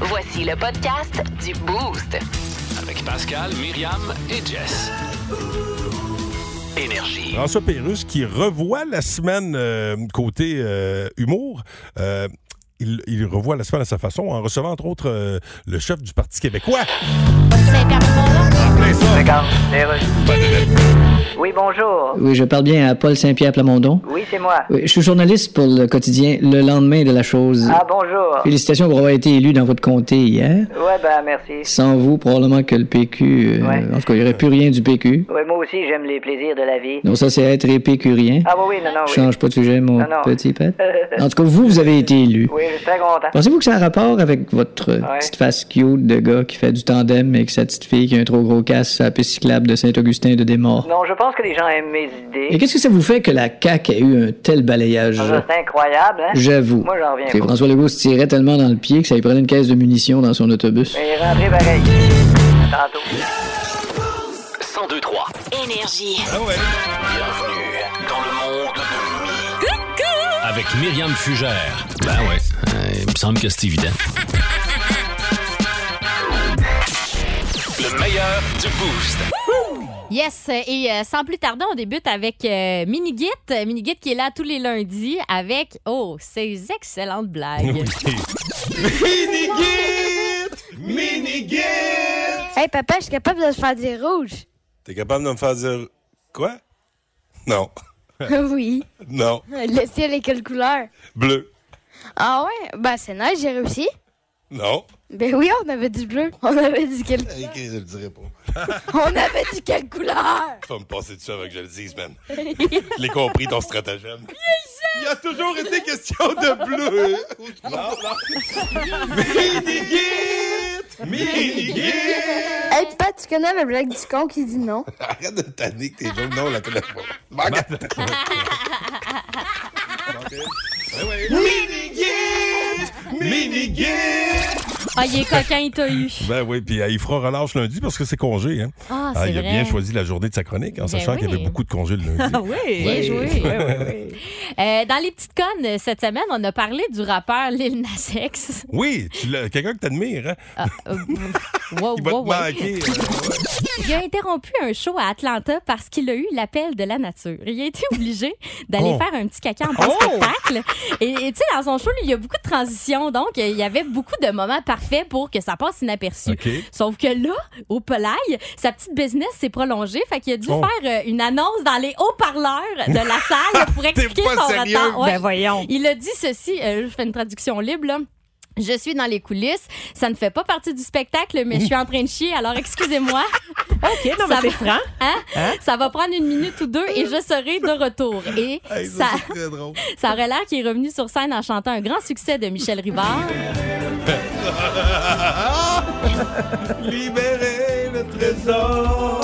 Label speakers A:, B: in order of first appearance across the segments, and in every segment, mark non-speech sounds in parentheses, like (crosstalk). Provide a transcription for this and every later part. A: Voici le podcast du Boost.
B: Avec Pascal, Myriam et Jess. Énergie.
C: François Pérus qui revoit la semaine euh, côté euh, humour. euh, il, il revoit la semaine à sa façon en recevant entre autres euh, le chef du Parti québécois. Rappelez ça.
D: Oui, bonjour.
E: Oui, je parle bien à Paul Saint-Pierre Plamondon.
D: Oui, c'est moi.
E: Oui, je suis journaliste pour le quotidien Le lendemain de la chose.
D: Ah, bonjour.
E: Félicitations pour avoir été élu dans votre comté hier.
D: Ouais, ben, merci.
E: Sans vous, probablement que le PQ. euh,
D: Ouais.
E: En tout cas, il n'y aurait plus rien du PQ.
D: Ouais, moi aussi, j'aime les plaisirs de la vie.
E: Donc, ça, c'est être épicurien.
D: Ah, oui, oui, non, non,
E: Je
D: oui.
E: Change pas de sujet, mon
D: Non, non. (laughs)
E: petit pet. En tout cas, vous, vous avez été élu.
D: Oui, je suis très content.
E: Pensez-vous que ça a un rapport avec votre euh,
D: Ouais.
E: petite face cute de gars qui fait du tandem avec sa petite fille qui a un trop gros casse à la piste cyclable de Saint-Augustin de Desmaures?
D: Non, je pense que les gens aiment mes
E: Et
D: idées.
E: qu'est-ce que ça vous fait que la CAQ ait eu un tel balayage?
D: Ah, C'est incroyable, hein?
E: J'avoue.
D: Moi, j'en reviens
E: Que
D: pas.
E: François Legault se tirait tellement dans le pied que ça lui prenait une caisse de munitions dans son autobus.
D: Mais rentrez pareil. À tantôt.
B: 1023.
A: Énergie.
B: Bienvenue dans le monde de Mi. Avec Myriam Fugère. Ben ouais, euh, il me semble que c'est évident. Le meilleur du boost.
F: Yes, et euh, sans plus tarder, on débute avec euh, Minigit. Euh, Minigit qui est là tous les lundis avec, oh, ses excellentes
C: (laughs)
F: blagues.
G: Hey papa, je suis capable de se faire dire rouge.
C: (laughs) T'es capable de me faire dire quoi? Non.
G: oui.
C: Non.
G: Le ciel est quelle couleur?
C: Bleu.
G: Ah ouais? Ben c'est nice, j'ai réussi.
C: Non.
G: Ben oui, on avait dit bleu. On avait dit quelle...
C: Ok, je le dirai pas.
G: (laughs)
C: (laughs)
G: On avait dit quelle couleur?
C: Tu vas me passer dessus avant que je le dise, man. je l'ai compris, ton stratagème. Il y a toujours été question (laughs) de bleu. non, non. Minigit! Minigit!
G: Hey papa, tu connais le blague du con qui dit non?
C: Arrête de tanner que t'es jaune. Non, on la connaît pas. Regarde. Eh Minigit! Minigit!
F: Ah, il est coquin, t'as eu.
C: Ben oui, puis euh, il fera relâche lundi parce que c'est congé. Hein.
F: Ah,
C: Ah,
F: c'est
C: il a
F: vrai.
C: bien choisi la journée de sa chronique en
F: Ben
C: sachant qu'il y avait
F: oui.
C: beaucoup de congés le lundi.
F: Ah oui, (laughs) bien joué. Euh, dans les petites connes, euh, cette semaine, on a parlé du rappeur Lil Nas X.
C: (laughs) oui, tu l'as- quelqu'un que t'admires, hein?
F: Ah,
C: (laughs)
F: euh, wow,
C: Il va
F: wow,
C: te
F: wow. (laughs)
C: manquer. euh, ouais.
F: Il a interrompu un show à Atlanta parce qu'il a eu l'appel de la nature. Il a été (laughs) obligé d'aller
C: Oh.
F: faire un petit caca en plein spectacle. Et et tu sais, dans son show, lui, il y a beaucoup de transitions, donc euh, il y avait beaucoup de moments parfaits pour que ça passe inaperçu.
C: OK.
F: Sauf que là, au Polaille, sa petite business s'est prolongée, fait qu'il a dû
C: Oh.
F: faire euh, une annonce dans les hauts-parleurs de la salle
C: (laughs)
F: pour expliquer
C: pas
F: son
C: sérieux?
F: retard. Ouais.
H: Ben voyons.
F: Il a dit ceci, euh, je fais une traduction libre là. Je suis dans les coulisses, ça ne fait pas partie du spectacle, mais je suis en train de chier, alors
C: (laughs)
F: excusez-moi.
H: OK, non, mais
F: Ça
H: c'est
F: va.
H: franc.
F: Hein?
H: Hein?
F: Ça va prendre une minute ou deux et je serai de retour. Et
C: Hey,
F: ça,
C: ça, c'est très drôle.
F: (laughs) ça aurait l'air qu'il est revenu sur scène en chantant un grand succès de Michel
C: (laughs)
F: Rivard.
C: Libérer le trésor.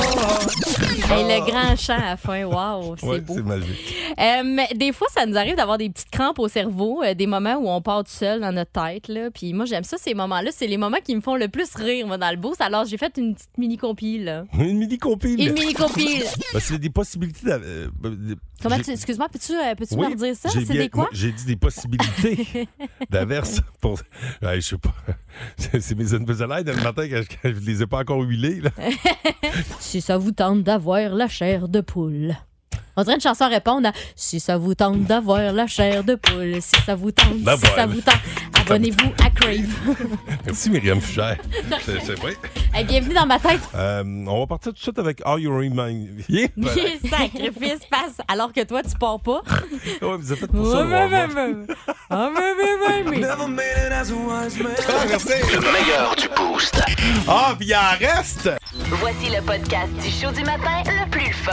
F: Et le grand chant à la fin, wow, Oh, c'est
C: Ah. Ouais,
F: beau.
C: c'est magique.
F: Euh, des fois, ça nous arrive d'avoir des petites crampes au cerveau, euh, des moments où on part tout seul dans notre tête. Là. Puis moi, j'aime ça, ces moments-là. C'est les moments qui me font le plus rire, moi, dans le boost. Alors, j'ai fait une petite mini-compile. là.
C: Une mini compile. Ben,
F: Une
C: (laughs)
F: mini-compile.
C: c'est des possibilités. d'a- euh, euh,
F: Comment
C: j'ai-
F: tu- Excuse-moi, peux-tu euh, peux-tu
C: Oui,
F: me redire ça?
C: j'ai
F: C'est
C: bien-
F: des quoi?
C: moi, J'ai dit
F: (laughs)
C: des possibilités d'averse pour. Ouais, je sais pas. (laughs) C'est c'est mes infuselades le matin quand je, quand je les ai pas encore huilés.
F: (laughs)
C: là.
F: Si ça vous tente d'avoir la chair de poule. On dirait une chanson à répondre à Si ça vous tente d'avoir la chair de poule, si ça vous tente, si
C: D'avoir.
F: ça vous tente,
C: bah.
F: abonnez-vous à Crave. (laughs)
C: Merci Myriam Fugère. C'est c'est vrai.
F: Eh, bienvenue dans ma tête.
C: Euh, on va partir tout de suite avec Are You Remind. Yeah, (laughs) voilà.
F: Les sacrifices passent alors que toi, tu pars pas.
C: Ouais, vous êtes fait (laughs) pour ça. moi. Ah, merci.
B: Le meilleur du boost.
C: Ah, puis il en reste.
F: Oh,
A: Voici le podcast du show du matin le plus fun.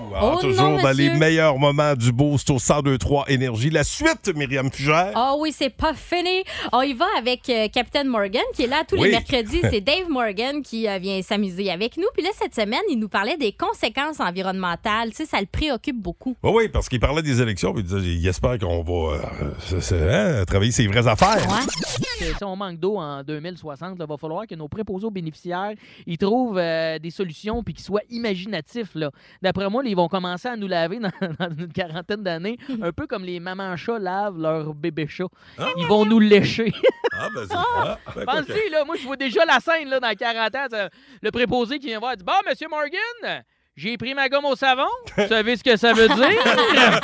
F: Oh
C: toujours
F: non,
C: dans les
F: monsieur.
C: meilleurs moments du boost au 1023 Énergie. La suite, Myriam Fugère.
F: Ah oui, c'est pas fini. On y va avec euh, Captain Morgan qui est là tous
C: Oui.
F: les
C: (laughs)
F: mercredis. C'est Dave Morgan qui euh, vient s'amuser avec nous. Puis là, cette semaine, il nous parlait des conséquences environnementales. Tu sais, ça le préoccupe beaucoup.
C: Oui, oui, parce qu'il parlait des élections, puis il disait il espère qu'on va euh, c'est- c'est, hein, travailler ses vraies affaires.
F: Ouais.
I: que si on manque d'eau en 2060, il va falloir que nos préposés aux bénéficiaires ils trouvent euh, des solutions puis qu'ils soient imaginatifs. là. D'après moi, là, ils vont commencer à nous laver dans, (laughs) dans une quarantaine d'années, un peu comme les mamans chats lavent leur bébé chat. Ils vont nous lécher.
C: (laughs) Ah, ben, c'est- ah, ben, quoi que-
I: Pensez, là, moi, je vois déjà la scène là, dans 40 ans. ça- Le préposé qui vient voir dit Bon, monsieur Morgan, j'ai pris ma gomme au savon. Vous savez ce que ça veut dire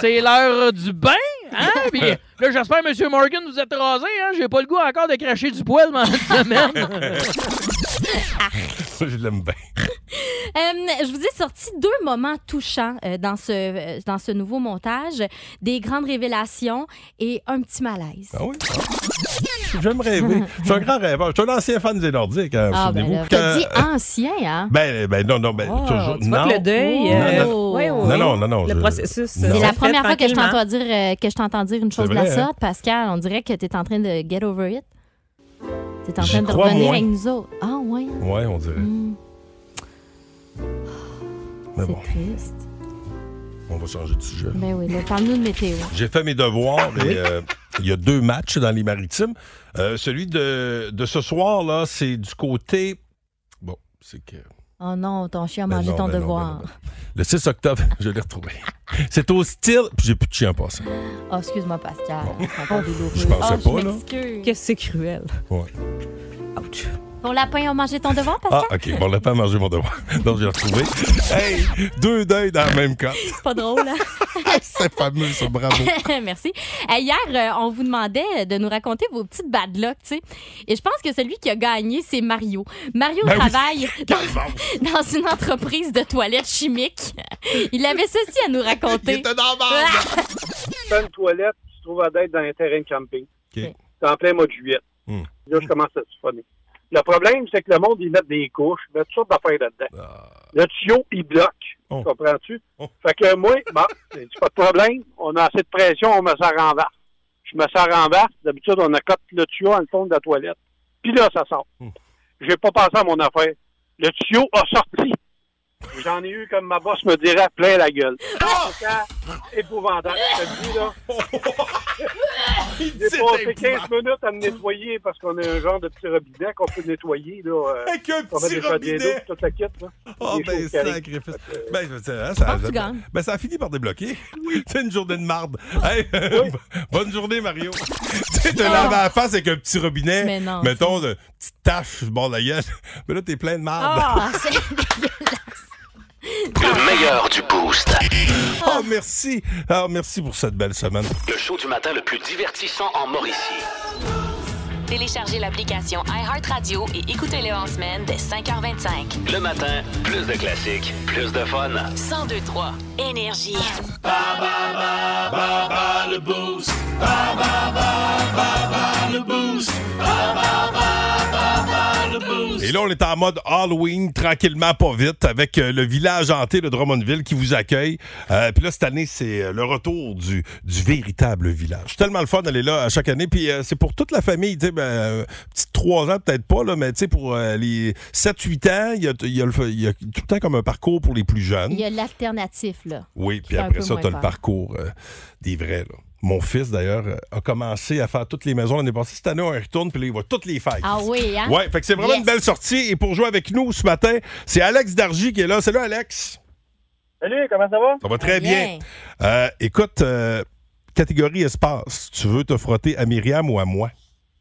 I: C'est l'heure du bain. Hein? Puis, là, j'espère, monsieur Morgan, vous êtes rasé. Hein? J'ai pas le goût encore de cracher du poil dans cette semaine.
C: Ça, (laughs) je l'aime bien.
F: Euh, je vous ai sorti deux moments touchants euh, dans, ce, euh, dans ce nouveau montage des grandes révélations et un petit malaise.
C: Ah oui? Ah. J'aime rêver. Je suis un grand rêveur. Je suis un ancien fan des Nordiques, hein,
F: Ah, ben
C: souvenez-vous.
F: là,
C: Quand- euh,
F: t'as dit ancien, hein?
C: ben, ben, non, non, ben, toujours. Non.
J: Oh, que le deuil.
F: Oh.
J: ouais, ouais,
C: Non,
J: ouais.
C: non, non, non,
J: Le
C: je-
J: processus.
C: Non.
F: C'est
C: On
F: la première fois que je t'entends
J: t'entends.
F: dire, euh, que je t'entends dire une chose
C: C'est
F: de la
C: vrai, hein?
F: sorte, Pascal. On dirait que t'es en train de get over it. T'es en
C: J'y
F: train de
C: crois
F: revenir
C: moins.
F: avec nous autres. Ah, ouais. hein?
C: Ouais, on dirait.
F: Hmm,
C: Mais
F: c'est
C: bon,
F: triste.
C: on va changer de sujet.
F: Ben oui, là, parle-nous de météo.
C: J'ai fait mes devoirs. et, euh, il y a deux matchs dans les maritimes. Euh, celui de, de ce soir, là, c'est du côté. Bon, c'est que.
F: Oh non, ton chien a
C: Ben
F: mangé
C: non,
F: ton
C: ben non,
F: devoir.
C: ben non, ben non. Le 6 octobre, (laughs) je l'ai retrouvé. C'est au style. Puis j'ai plus de chien en passant.
F: Oh, excuse-moi, Pascal. On parle des
C: Je
F: lourdes.
C: pensais
F: Oh,
C: pas,
F: je
C: là.
F: m'excuse.
J: Qu'est-ce que c'est cruel.
C: Ouais.
J: Ouch.
F: Ton lapin a mangé ton devoir,
C: Ah,
F: Pascal? (laughs)
C: OK. Bon, on l'a pas mangé mon devoir. (laughs) Donc, j'ai retrouvé. Hey, deux deuils dans la
F: (laughs)
C: même cote.
F: C'est pas drôle, hein?
C: C'est fameux, ça.
F: (laughs)
C: Bravo.
F: Merci. Euh, Hier, euh, on vous demandait de nous raconter vos petites bad luck, tu sais. Et je pense que celui qui a gagné, c'est Mario. Mario
C: Ben oui.
F: travaille
C: (laughs)
F: dans, dans une entreprise de toilettes chimiques. Il avait ceci à nous
C: Il
F: raconter.
C: était dans la merde.
F: Ah!
K: Tu fais une toilette, tu te trouves à d'être dans un terrain de camping.
C: OK.
K: C'est en plein mois de juillet.
C: Hmm.
K: Là, je commence à siphonner. Le problème, c'est que le monde, ils mettent des couches, ils mettent toutes sortes d'affaires là-dedans. Le tuyau, il bloque.
C: Ah. Oh.
K: Comprends-tu?
C: Oh.
K: Fait que moi, bon, c'est pas de problème. On a assez de pression, on me sert en bas. Je me sers en bas. D'habitude, on accote le tuyau en le fond de la toilette. Puis là, ça sort.
C: Hmm.
K: J'ai pas pensé à mon affaire. Le tuyau a sorti. J'en ai eu, comme ma boss me dirait, plein la gueule. C'est épouvantable. Je te le dis,
L: (laughs)
K: là. J'ai passé 15 minutes à me nettoyer parce qu'on a un genre de petit robinet qu'on peut nettoyer. Là, euh,
C: Avec un
K: on met
C: petit
K: des chaudières d'eau,
C: robinet.
K: toute la kit. Là.
C: Oh,
K: Des
C: ben,
K: choses qui arrivent.
C: sacrifice. Ben, je veux dire, hein, ça,
F: pense que tu gagnes.
C: ben, ça a fini par débloquer. (laughs) C'est une journée de marde. Hey, (laughs) bonne journée, Mario. (laughs) tu sais, te
F: Non.
C: laves à la face avec un petit robinet.
F: Mais non.
C: Mettons, de petite tache sur le bord de la gueule. (laughs) Mais là, t'es plein de marde. (laughs)
F: Ah, c'est (laughs)
B: Le meilleur du boost.
C: Oh, merci. Ah, merci pour cette belle semaine.
B: Le show du matin le plus divertissant en Mauricie.
H: Téléchargez l'application iHeartRadio et écoutez-le en semaine dès 5h25.
B: Le matin, plus de classiques, plus de fun.
H: 1023 Énergie.
C: Et là, on est en mode Halloween, tranquillement, pas vite, avec euh, le village hanté de Drummondville qui vous accueille. Euh, puis là, cette année, c'est euh, le retour du, du véritable village. C'est tellement le fun d'aller là à chaque année. Puis euh, c'est pour toute la famille, tu sais, ben, euh, petit 3 ans, peut-être pas, là, mais tu sais, pour euh, les 7-8 ans, il y a, il y a le- il y a tout le temps comme un parcours pour les plus jeunes.
F: (laughs) Il y a l'alternatif, là.
C: Oui, puis
F: fait un
C: après
F: peu
C: ça,
F: moins
C: tu as le
F: peur.
C: parcours euh, des vrais. là. Mon fils, d'ailleurs, euh, a commencé à faire toutes les maisons l'année passée. Cette année, on y retourne, puis là, il voit toutes les fêtes.
F: Ah oui, hein?
C: Ouais, fait que c'est vraiment
F: Yes.
C: une belle sortie. Et pour jouer avec nous ce matin, c'est Alex Dargy qui est là. Salut, Alex.
K: Salut, comment ça va?
C: Ça va très bien. Euh, écoute, euh, catégorie espace. Tu veux te frotter à Myriam ou à moi?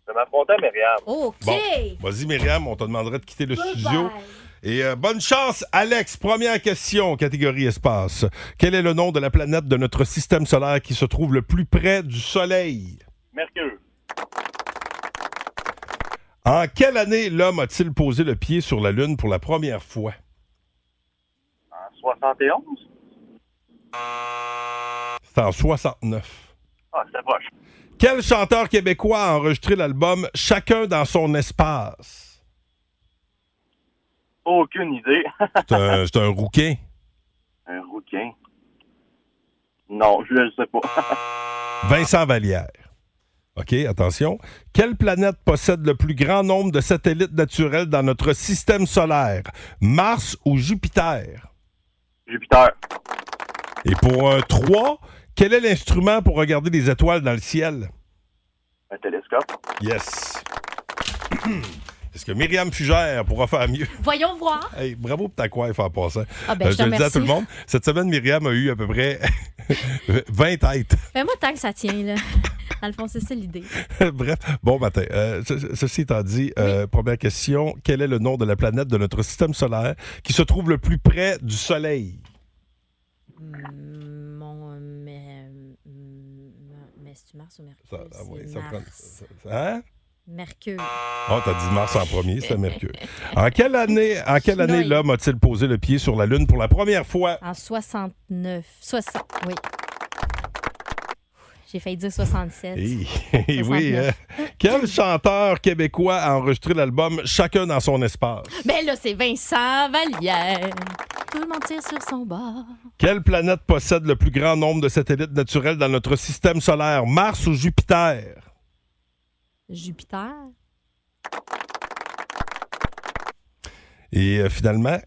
K: Je m'affrontais à Myriam.
F: OK.
C: Bon. Vas-y, Myriam, on te demanderait de quitter le studio. Et euh, bonne chance, Alex. Première question, catégorie espace. Quel est le nom de la planète de notre système solaire qui se trouve le plus près du Soleil?
K: Mercure.
C: En quelle année l'homme a-t-il posé le pied sur la Lune pour la première fois?
K: En 71?
C: C'est en 69.
K: Ah, c'est proche.
C: Quel chanteur québécois a enregistré l'album Chacun dans son espace?
K: Aucune idée. (laughs)
C: C'est un, c'est un rouquin.
K: Un rouquin. Non, je le sais pas.
C: Vincent Vallière. OK, attention. Quelle planète possède le plus grand nombre de satellites naturels dans notre système solaire? Mars ou Jupiter?
K: Jupiter.
C: Et pour un 3, quel est l'instrument pour regarder les étoiles dans le ciel?
K: Un télescope.
C: Yes. Est-ce que Myriam Fugère pourra faire mieux?
F: Voyons voir.
C: Hey, bravo pour ta coiffe en passant. Euh,
F: Ah ben, je te
C: le dis à
F: remercie.
C: tout le monde. Cette semaine, Myriam a eu à peu près (laughs) 20 têtes.
F: Mais moi, tant que ça tient, là. Dans le fond, c'est ça l'idée.
C: (laughs) Bref, bon matin. Euh, ce- ce- ceci étant dit, euh, première question, quel est le nom de la planète de notre système solaire qui se trouve le plus près du Soleil?
F: Mm, Mon. Mais. mm, Mais c'est Mars ou Mercure?
C: Ça- ah oui, ça
F: Mars.
C: prend- Hein?
F: Mercure.
C: Ah, t'as dit Mars en premier, c'était Mercure. En quelle année, en quelle année
F: Noël.
C: l'homme a-t-il posé le pied sur la Lune pour la première fois?
F: En 69. 60. Oui. J'ai failli dire 67.
C: Hey, (laughs) hey, oui,
F: 69.
C: hein? (laughs) Quel chanteur québécois a enregistré l'album Chacun dans son espace?
F: Mais Ben là, c'est Vincent Vallière. Tout le monde tire sur son bord.
C: Quelle planète possède le plus grand nombre de satellites naturels dans notre système solaire, Mars ou Jupiter?
F: Jupiter.
C: Et euh, finalement,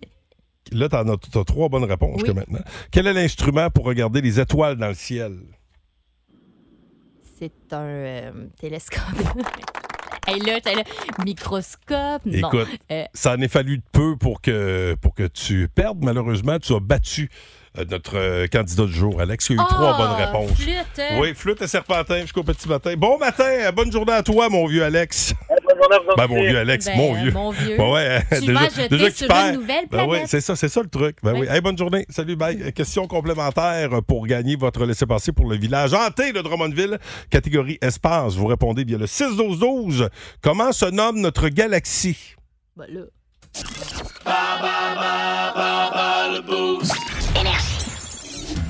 C: là, t'en as, t'as trois bonnes réponses jusqu'à maintenant. Quel est l'instrument pour regarder les étoiles dans le ciel?
F: C'est un euh, télescope. (laughs) hey, là, t'es là. Microscope. non.
C: Écoute,
F: Euh,
C: ça en est fallu de peu pour que, pour que tu perdes. Malheureusement, tu as battu euh, notre euh, candidat du jour, Alex, qui a eu trois bonnes réponses.
F: Ah, flûte. hein?
C: Oui, flûte et serpentin jusqu'au petit matin. Bon matin, euh, bonne journée à toi, mon vieux Alex. Ben, mon vieux Alex,
F: Ben,
C: mon
F: euh,
C: vieux.
F: mon vieux.
C: Ben (laughs) ouais,
F: Tu
C: déjà-
F: vas jeter
C: déjà que tu
F: sur
C: perds.
F: une nouvelle
C: Ben oui,
F: planète.
C: c'est ça, c'est ça le truc. Ben oui.
F: Oui.
C: Hey, bonne journée. Salut, bye. Euh, Question complémentaire pour gagner votre laissez-passer pour le village hanté de Drummondville, catégorie espace. Vous répondez via le 6-12-12. Comment se nomme notre galaxie?
F: Ben là.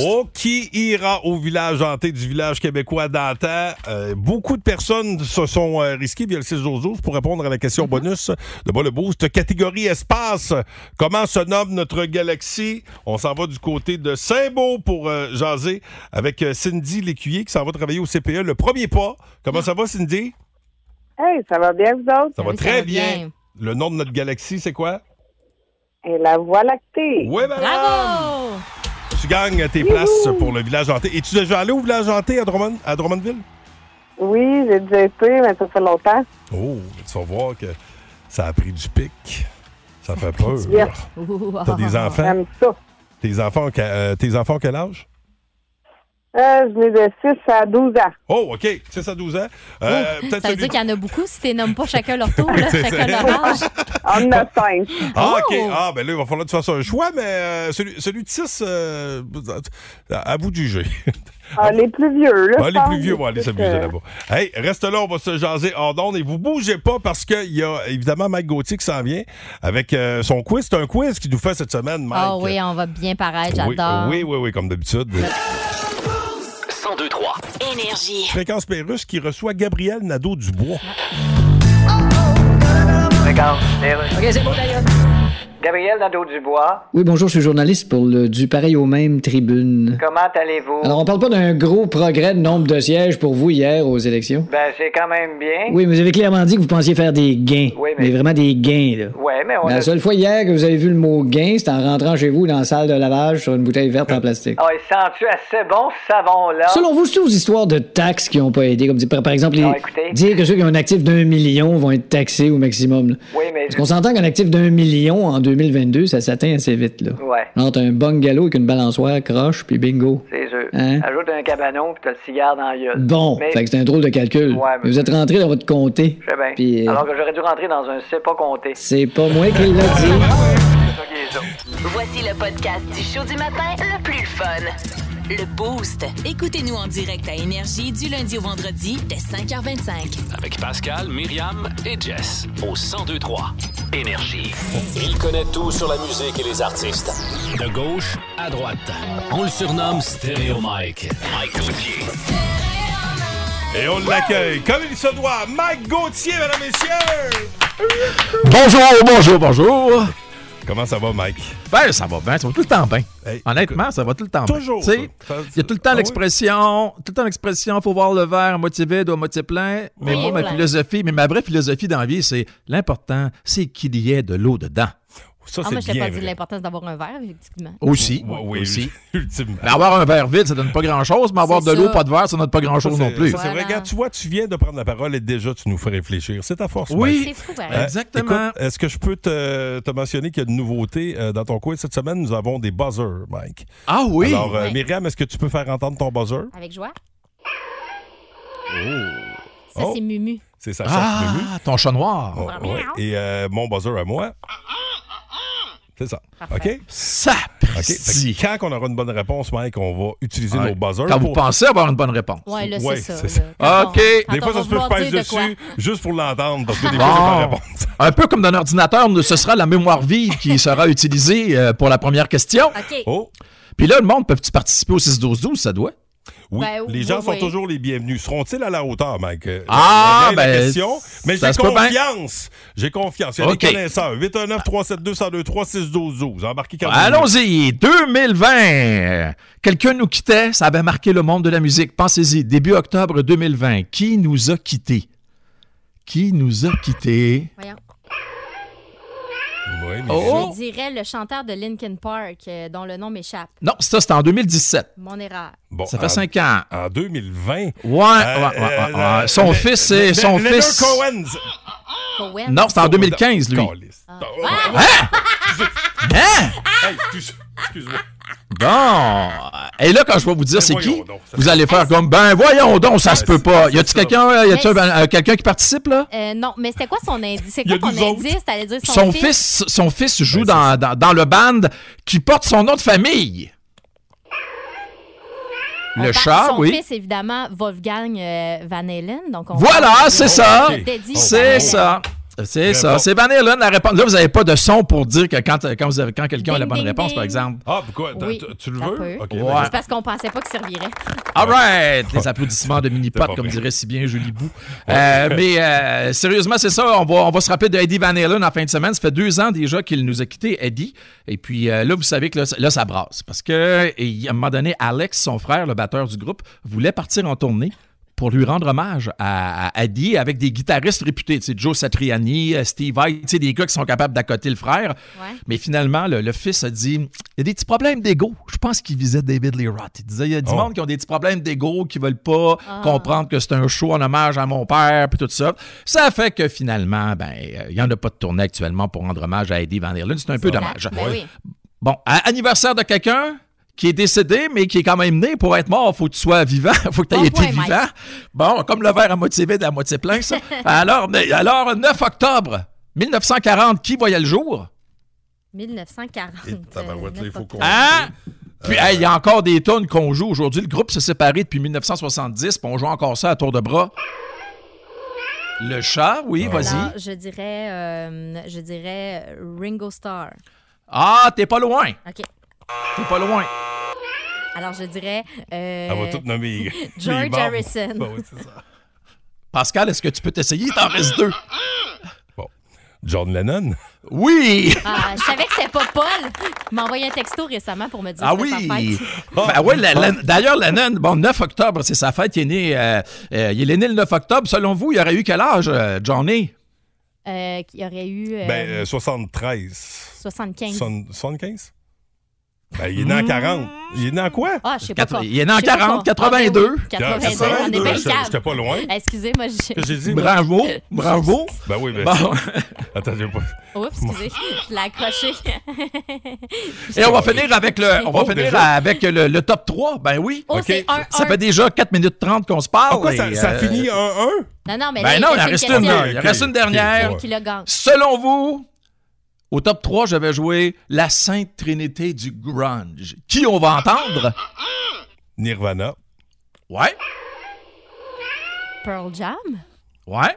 C: Oh, qui ira au village hanté du village québécois d'antan? Euh, beaucoup de personnes se sont euh, risquées via le 6 12 pour répondre à la question bonus de Bas le Boost. Catégorie espace. Comment se nomme notre galaxie? On s'en va du côté de Saint-Beau pour euh, jaser avec euh, Cindy Lécuyer qui s'en va travailler au CPE. Le premier pas. Comment ça va, Cindy?
J: Hey, ça va bien, vous autres?
C: Ça va très bien. Le nom de notre galaxie, c'est quoi?
J: Et la voie lactée.
C: Oui, ben, madame. Bravo! Tu gagnes tes places pour le village hanté. Es-tu déjà allé au village hanté à, Drummond- à Drummondville?
J: Oui, j'ai déjà été, mais ça fait longtemps.
C: Oh, tu vas voir que ça a pris du pic. Ça fait peur.
J: Yes.
C: Euh, T'as des enfants?
J: J'aime ça.
C: Tes enfants, ont que- euh, tes enfants ont quel âge?
J: Euh, je l'ai de 6 à 12 ans.
C: Oh, OK. 6 à 12 ans. Euh, peut-être
F: Ça veut
C: celui-
F: dire qu'il y en a beaucoup si tu nommes pas chacun leur
C: (laughs)
F: tour, là,
C: C'est
F: chacun
C: ça.
F: leur âge.
J: On a 5.
C: Ah, OK.
F: Oh!
C: Ah, ben là, il va falloir que tu fasses un choix, mais euh, celui, celui de 6, à vous
J: (laughs)
C: de juger.
J: Ah, les plus vieux, là.
C: Bon,
J: je
C: les
J: pense,
C: plus vieux vont aller
J: c'est,
C: s'amuser
J: euh,
C: là-bas. Hey, reste là, on va se jaser hors d'onde et vous bougez pas parce qu'il y a évidemment Mike Gauthier qui s'en vient avec euh, son quiz. C'est un quiz qu'il nous fait cette semaine, Mike.
F: Ah oui, on va bien paraître,
C: Oui,
F: j'adore.
C: Oui, oui, oui, comme d'habitude.
B: 1023.
H: Énergie.
C: Fréquence Pérusse qui reçoit Gabriel Nadeau-Dubois.
D: D'accord. OK, c'est bon, d'ailleurs. Gabriel Nadeau-Dubois,
E: Oui, bonjour, je suis journaliste pour le Du Pareil au même Tribune.
D: comment allez-vous?
E: Alors, on parle pas d'un gros progrès de nombre de sièges pour vous hier aux élections?
D: Ben, c'est quand même bien.
E: Oui, mais vous avez clairement dit que vous pensiez faire des gains.
D: Oui, mais-
E: vraiment des gains, là.
D: Ouais, mais on
E: La
D: a...
E: seule fois hier que vous avez vu le mot gain, c'était en rentrant chez vous dans la salle de lavage sur une bouteille verte en plastique.
D: Ah, il sent-tu assez bon, ce savon-là?
E: Selon vous, c'est aux histoires de taxes qui n'ont pas aidé, comme dire- par, par exemple les-
D: Non, écoutez.
E: dire que ceux qui ont un actif d'un million vont être taxés au maximum. là.
D: Oui, mais...
E: Parce qu'on s'entend qu'un actif d'un million en 2022, ça s'atteint assez vite. Là.
D: Ouais,
E: Entre un bungalow et une balançoire, croche, puis bingo. Hein?
D: c'est sûr. deux. Ajoute un cabanon, puis t'as le cigare dans la gueule.
E: Bon,
D: Mais-
E: fait que c'est un drôle de calcul.
D: Ouais, mais-
E: Vous êtes rentré dans votre comté.
D: Je sais bien.
E: Puis, euh,
D: ben, Alors que j'aurais dû rentrer dans un c'est pas compté.
E: c'est pas moi qui l'a dit.
H: Voici le podcast du show du matin le plus fun. Le Boost. Écoutez-nous en direct à Énergie du lundi au vendredi dès 5h25.
B: Avec Pascal, Myriam et Jess au 1023 Énergie. Il connaît tout sur la musique et les artistes. De gauche à droite. On le surnomme Stéréo Mike. Mike Gauthier.
C: Et on l'accueille comme il se doit, Mike Gauthier, mesdames et messieurs!
M: Bonjour, bonjour, bonjour.
C: Comment ça va, Mike?
M: Ben, ça va bien, ça va tout le temps bien.
C: Hey,
M: Honnêtement, ça va tout le temps
C: Toujours,
M: bien. Tu
C: ça.
M: sais, Il y a tout le temps
C: Ah oui?
M: l'expression, tout le temps l'expression, faut voir le verre à moitié vide ou à moitié plein. Mais
C: Oui,
M: moi, ma
C: plein.
M: philosophie, mais ma vraie philosophie dans la vie, c'est l'important, c'est qu'il y ait de l'eau dedans.
C: Ça,
F: Ah, moi, je t'ai pas dit l'importance d'avoir un verre, effectivement.
M: Aussi.
C: Oui, oui,
M: aussi.
C: (laughs) ultimement.
M: Mais avoir un verre vide, ça donne pas grand-chose, mais avoir de
F: C'est
M: l'eau,
F: ça.
M: pas de verre, ça donne pas grand-chose
C: Ça,
M: non
C: c'est-
M: plus.
C: ça, C'est vrai, regarde, tu vois, tu viens de prendre la parole et déjà tu nous fais réfléchir. C'est ta force.
M: Oui.
C: Mike. Euh,
M: C'est fou, hein? Exactement.
C: écoute, Est-ce que je peux te, te mentionner qu'il y a une nouveauté euh, dans ton quiz cette semaine? Nous avons des buzzers, Mike.
M: Ah oui?
C: Alors, euh,
F: Oui.
C: Myriam, est-ce que tu peux faire entendre ton buzzer?
F: Avec joie. Ça,
C: Oh,
F: c'est Mumu.
C: c'est sa
M: Ah,
C: chatte
M: ton chat noir.
F: Ah,
C: Mumu. Oh,
F: hein?
C: Ouais. Et euh, mon buzzer à moi. C'est ça. OK?
M: Ça,
C: OK. Fait que Quand on aura une bonne réponse, Mike, on va utiliser
M: Ouais.
C: nos buzzers.
M: Quand vous
C: pour-
M: pensez avoir une bonne réponse.
F: Ouais, là,
C: Ouais,
F: c'est ça.
C: c'est ça.
F: là. Quand
M: OK.
F: on-
C: Des
F: quand on
C: fois,
F: va
C: ça se peut que je
F: vouloir
C: pèse
F: dire de quoi.
C: dessus juste pour l'entendre parce que des
M: Bon.
C: fois, j'ai pas la réponse.
M: Un peu comme d'un ordinateur, ce sera la mémoire vive qui sera utilisée euh, pour la première question.
F: OK.
C: Oh.
M: Puis là, le monde, peut-tu participer au 6-12-12, ça doit?
C: Oui,
F: Ben,
C: les gens
F: oui,
C: sont
F: oui.
C: toujours les bienvenus. Seront-ils à la hauteur, Mike? Euh,
M: Ah,
C: j'aimerais la
M: ben,
C: question, mais
M: ça
C: j'ai
M: se peut bien.
C: confiance. J'ai confiance. Il y a
M: OK.
C: des connaisseurs. 819 372 1023 612 12 Embarquez quand vous voulez.
M: Allons-y, 2020. Quelqu'un nous quittait, ça avait marqué le monde de la musique. Pensez-y, début octobre 2020, qui nous a quittés? Qui nous a quittés?
F: Voyons.
C: Oui, mais-
M: Oh!
F: Je dirais le chanteur de Linkin Park, euh, dont le nom m'échappe.
M: Non, ça, c'était en 2017.
F: Mon erreur.
C: Bon,
M: Ça
C: en-
M: fait 5 ans.
C: En 2020. Ouais,
M: Ouais,
C: euh,
M: ouais, ouais, ouais, ouais. Son fils, c'est son fils.
C: Cohen.
F: Cohen. Ah.
M: Non, c'était en 2015, lui. Hein?
C: Excuse-moi.
M: Bon. Et là, quand je vais vous dire c'est qui,
C: Ben voyons donc, ça-
M: vous allez faire comme, ben voyons donc, ça se peut pas. Y a-tu
C: ça.
M: quelqu'un y a-tu
F: Mais
M: un- euh, quelqu'un qui participe, là?
F: Euh, non, mais c'était quoi son indice? C'est
C: Il y a
F: quoi ton
C: nous autres.
F: indice? T'allais dire son,
M: Son fils, son fils joue
C: Ben,
M: dans, dans, dans le band qui porte son nom de famille.
F: On
M: Le
F: parle-
M: chat,
F: son
M: Ah oui.
F: fils, évidemment, Wolfgang euh, Van Halen. Donc on
M: Voilà,
F: parle-
M: c'est ça.
F: Je dédie Van
M: C'est
F: Halen.
M: ça.
C: Très
M: C'est
C: bon.
M: ça. C'est Van Halen la réponse. Là, vous n'avez pas de son pour dire que quand, quand, vous avez- quand quelqu'un a la
F: Ding,
M: bonne
F: ding,
M: réponse, par
F: ding.
M: exemple.
C: Ah, pourquoi? T'as-
F: Oui,
C: t'as- tu le
F: ça
C: veux?
F: peut.
C: OK, ben,
M: Ouais.
C: d'accord.
F: C'est parce qu'on pensait pas qu'il servirait.
M: All right! Les applaudissements de mini
C: C'est pas
M: pot comme
C: vrai.
M: dirait si bien Julie Bou. Euh, mais euh, sérieusement, c'est ça. On va, on va se rappeler de Eddie Van Halen en fin de semaine. Ça fait deux ans déjà qu'il nous a quittés, Eddie. Et puis euh, là, vous savez que là, ça- là, ça brasse. Parce que et à un moment donné, Alex, son frère, le batteur du groupe, voulait partir en tournée pour lui rendre hommage à, à Eddie avec des guitaristes réputés, tu sais, Joe Satriani, euh, Steve Vai, tu sais, des gars qui sont capables d'accoter le frère.
F: Ouais.
M: Mais finalement, le, le fils a dit il y a des petits problèmes d'ego. Je pense qu'il visait David Lee Roth. Il disait il y a du
C: Oh.
M: monde qui ont des petits problèmes d'ego, qui veulent pas
F: Ah.
M: comprendre que c'est un show en hommage à mon père, puis tout ça. Ça fait que finalement, ben, euh, il n'y en a pas de tournée actuellement pour rendre hommage à Eddie Van Halen. C'est un peu dommage.
F: Ben oui.
M: Bon, à- anniversaire de quelqu'un qui est décédé, mais qui est quand même né pour être mort. Faut que tu sois vivant. (laughs) Faut que tu aies
F: Bon
M: été
F: point, Mike.
M: vivant. Bon, comme le verre à moitié vide, à moitié
F: (laughs)
M: plein, ça. Alors, mais- alors 9 octobre 1940, qui voyait le jour?
F: 1940.
C: Et tabarouette, là, il faut qu'on- Euh,
M: Hein? Puis, hey, il y a encore des tonnes qu'on joue aujourd'hui. Le groupe s'est séparé depuis 1970, puis on joue encore ça à tour de bras. Le chat, Ah oui,
C: Ah.
F: Alors,
M: vas-y.
F: je dirais, euh, je dirais Ringo Starr.
M: Ah, t'es pas loin.
F: OK.
M: T'es pas loin.
F: Alors, je dirais euh,
C: Elle va tout nommer.
F: (laughs) George
C: les membres.
F: Harrison.
C: Ben oui, c'est ça.
M: Pascal, est-ce que tu peux t'essayer? Il t'en reste deux.
C: John Lennon.
M: Oui!
F: Ah, je savais que c'était pas Paul. Il m'a envoyé un texto récemment pour me dire
M: Ah
F: que c'était
M: oui!
F: sa fête.
M: Ben ouais, la- la- D'ailleurs, Lennon, bon, 9 octobre, c'est sa fête. Il est, né, euh, euh, il est né le 9 octobre. Selon vous, il aurait eu quel âge, euh, Johnny?
F: Euh, qu'il y aurait eu euh,
C: Ben, euh, 73.
F: 75.
C: Soixante- 75? Ben, il est né en 40. Il est né en quoi?
F: Ah, je sais pas.
C: Quatre-
F: quoi.
C: il est né en
F: Je sais pas
C: 40,
F: quoi. Ah, ben oui,
C: 82.
F: 82, on est Eh, bien
C: J'étais-
F: câble.
C: j'étais
F: (laughs)
C: pas loin.
F: Excusez-moi, j'ai.
C: Que j'ai dit?
F: (laughs)
C: moi?
M: Bravo, bravo.
C: Ben oui, mais.
M: Bon.
C: Attends, j'ai pas.
F: Oups, excusez, je l'ai accroché.
M: (laughs) Et on va finir
C: (laughs)
M: avec le, on va
C: Oh,
M: finir
C: déjà?
M: avec le, le top 3. Ben oui.
F: Oh, c'est un,
M: Ça
F: un.
M: fait déjà 4 minutes 30 qu'on se parle.
C: Ah, Pourquoi ça,
M: et,
C: ça
M: euh,
C: finit 1-1?
F: Non, non, mais là,
M: Ben non, il en
F: reste
M: reste
F: une
M: une.
F: question.
M: Il en reste une dernière.
F: Qui le gagne.
M: Selon vous, au top 3, j'avais joué la Sainte Trinité du grunge. Qui on va entendre?
C: Nirvana.
M: Ouais,
F: Pearl Jam?
M: ouais.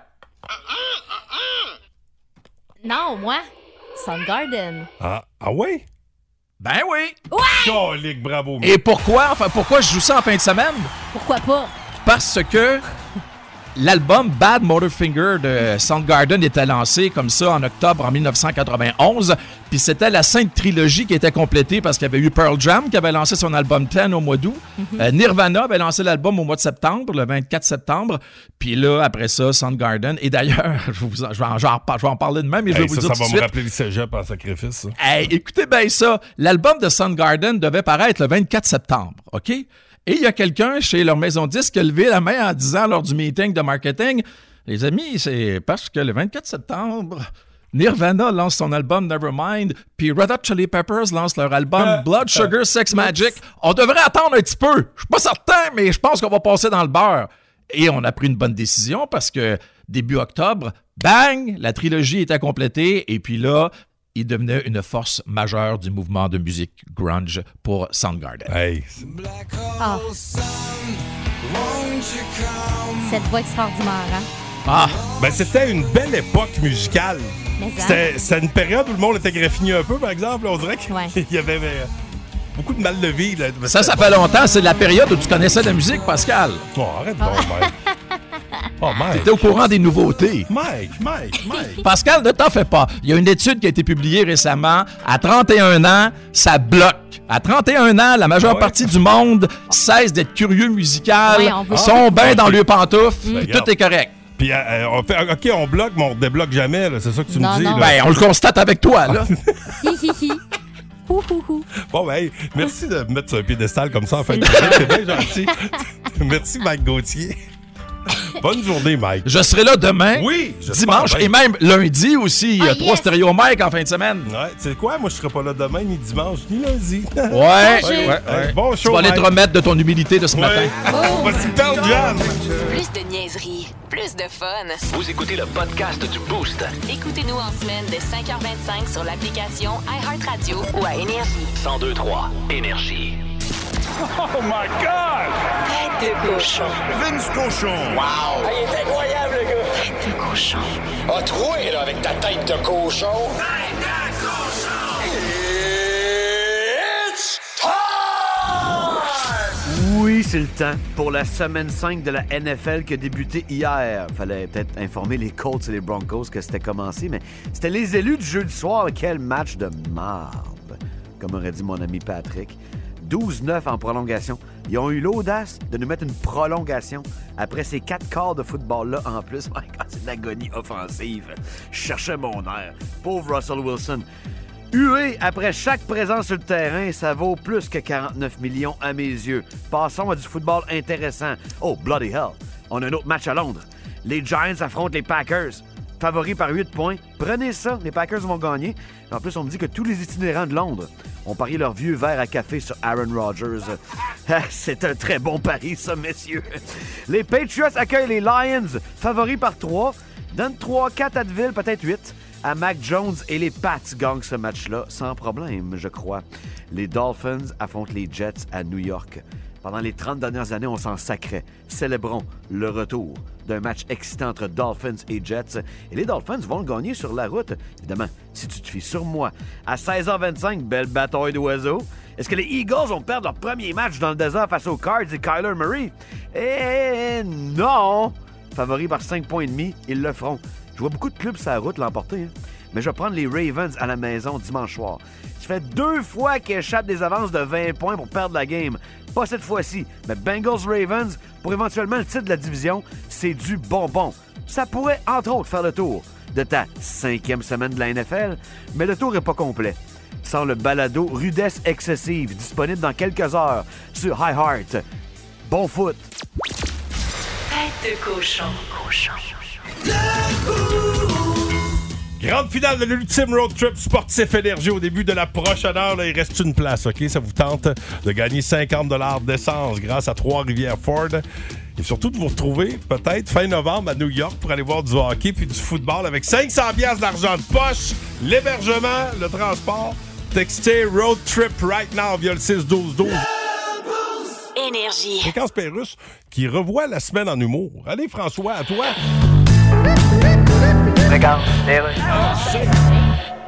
F: Non, moi. Soundgarden.
C: Ah, ah ouais?
M: Ben oui.
F: Ouais!
C: Colique, bravo.
M: Et pourquoi? Enfin, pourquoi je joue ça en fin de semaine?
F: Pourquoi pas?
M: Parce que l'album Bad Motorfinger de Soundgarden était lancé comme ça en octobre en 1991. Puis c'était la sainte trilogie qui était complétée parce qu'il y avait eu Pearl Jam qui avait lancé son album 10 au mois d'août.
F: Mhm.
M: Euh, Nirvana avait lancé l'album au mois de septembre, le 24 septembre. Puis là, après ça, Soundgarden. Et d'ailleurs, (laughs) je, vous en- je vais en, je vais en par- je vais en parler de même, mais je vais
C: Hey,
M: vous
C: ça,
M: le dire
C: ça va me
M: tout de suite.
C: rappeler le cégep en sacrifice. ça.
M: Hey, écoutez bien ça. L'album de Soundgarden devait paraître le 24 septembre, OK? Et il y a quelqu'un chez leur maison de disque qui a levé la main en disant lors du meeting de marketing Les amis, c'est parce que le 24 septembre, Nirvana lance son album Nevermind, puis Red Hot Chili Peppers lance leur album Blood Sugar Sex Magic. On devrait attendre un petit peu. Je suis pas certain, mais je pense qu'on va passer dans le beurre. Et on a pris une bonne décision parce que début octobre, bang, la trilogie était complétée. Et puis là, il devenait une force majeure du mouvement de musique grunge pour Soundgarden.
F: Ah. Cette voix extraordinaire, hein?
M: Ah!
C: Ben, c'était une belle époque musicale.
F: Mais ça.
C: C'était c'était une période où le monde était greffigné un peu, par exemple. On dirait (laughs) qu'il y avait euh, beaucoup de mal de vie. là. Mais
M: Ça, ça
C: c'était
M: fait
C: bon.
M: longtemps, c'est la période où tu connaissais la musique, Pascal.
C: Oh, arrête donc, Mike. Oh, Mike.
M: T'étais au courant des nouveautés.
C: Mike, Mike, Mike.
M: Pascal, ne t'en fais pas. Il y a une étude qui a été publiée récemment. À 31 ans, ça bloque. À 31 ans, la majeure partie du monde cesse d'être curieux musical,
F: Ouais, on veut-
M: sont
C: Ah.
M: bien dans leurs pantoufles,
C: Ben,
M: puis
C: regarde.
M: tout est correct.
C: Puis, euh, euh, on fait, OK, on bloque, mais on débloque jamais. là. C'est ça que tu
F: Non,
C: me dis.
F: non.
C: là.
M: Ben, on le constate avec toi, là.
F: Hi hi hi. Hou hou hou.
C: Bon, ben, hey, merci de me mettre sur un piédestal comme ça en fin de semaine. C'est bien gentil. (laughs) merci, Mike Gauthier. Bonne journée, Mike.
M: Je serai là demain,
C: Oui, j'espère
M: dimanche
C: bien.
M: et même lundi aussi. Il y a
F: Ah,
M: trois
F: yes.
M: stéréo Mike en fin de semaine.
C: Ouais, tu sais quoi? Moi, je serai pas là demain, ni dimanche, ni lundi.
M: Ouais, ouais,
C: Bonjour.
M: ouais.
C: Bon
M: Tu
C: show,
M: vas aller te
C: Mike.
M: remettre de ton humilité de ce matin.
C: Voici Pearl Jam.
H: Oh. Plus de niaiserie, plus de fun.
B: Vous écoutez le podcast du Boost.
H: Écoutez-nous en semaine de 5h25 sur l'application iHeartRadio ou à Énergie.
B: 1023 Énergie.
H: Oh my God! Tête de cochon.
N: Vince Cochon.
O: Wow! Ah, il est incroyable, le gars! Tête de cochon. A troué, là, avec ta tête de cochon. Tête de cochon! It's
P: Oui, c'est le temps pour la semaine 5 de la NFL qui a débuté hier. Fallait peut-être informer les Colts et les Broncos que c'était commencé, mais c'était les élus du jeu du soir. Quel match de marde, comme aurait dit mon ami Patrick. 12-9 en prolongation. Ils ont eu l'audace de nous mettre une prolongation après ces quatre quarts de football-là en plus. (laughs) My God, c'est de l'agonie offensive. Je cherchais mon air. Pauvre Russell Wilson. Hué après chaque présence sur le terrain, ça vaut plus que 49 millions à mes yeux. Passons à du football intéressant. Oh, bloody hell. On a un autre match à Londres. Les Giants affrontent les Packers. Favoris par 8 points. Prenez ça, les Packers vont gagner. En plus, on me dit que tous les itinérants de Londres ont parié leur vieux verre à café sur Aaron Rodgers. (laughs) Ah, C'est un très bon pari, ça, messieurs. Les Patriots accueillent les Lions, favoris par 3. Donne 3, 4 à Deville, peut-être 8 à Mac Jones et les Pats gagnent ce match-là sans problème, je crois. Les Dolphins affrontent les Jets à New York. Pendant les 30 dernières années, on s'en sacrait. Célébrons le retour d'un match excitant entre Dolphins et Jets. Et les Dolphins vont le gagner sur la route, évidemment, si tu te fies sur moi. À 16h25, belle bataille d'oiseaux. Est-ce que les Eagles vont perdre leur premier match dans le désert face aux Cards et Kyler Murray? Eh non! Favoris par 5 points et demi, ils le feront. Je vois beaucoup de clubs sur la route l'emporter, hein. mais je vais prendre les Ravens à la maison dimanche soir. Ça fait deux fois qu'ils échappent des avances de 20 points pour perdre la game. Pas cette fois-ci, mais Bengals-Ravens, pour éventuellement le titre de la division, c'est du bonbon. Ça pourrait, entre autres, faire le tour de ta cinquième semaine de la NFL, mais le tour n'est pas complet. sort le balado Rudesse excessive, disponible dans quelques heures sur iHeart. Bon foot!
H: Tête de cochon. cochon.
C: Grande finale de l'ultime road trip sportif énergie au début de la prochaine heure. là, il reste une place, OK? Ça vous tente de gagner 50 d'essence grâce à Trois-Rivières Ford. Et surtout de vous retrouver peut-être fin novembre à New York pour aller voir du hockey puis du football avec 500 d'argent de poche, l'hébergement, le transport. Textez Road Trip right now via le 6-12-12.
A: Énergie.
C: Fréquence Pérusse qui revoit la semaine en humour. Allez, François, à toi.
D: Regarde, les rues.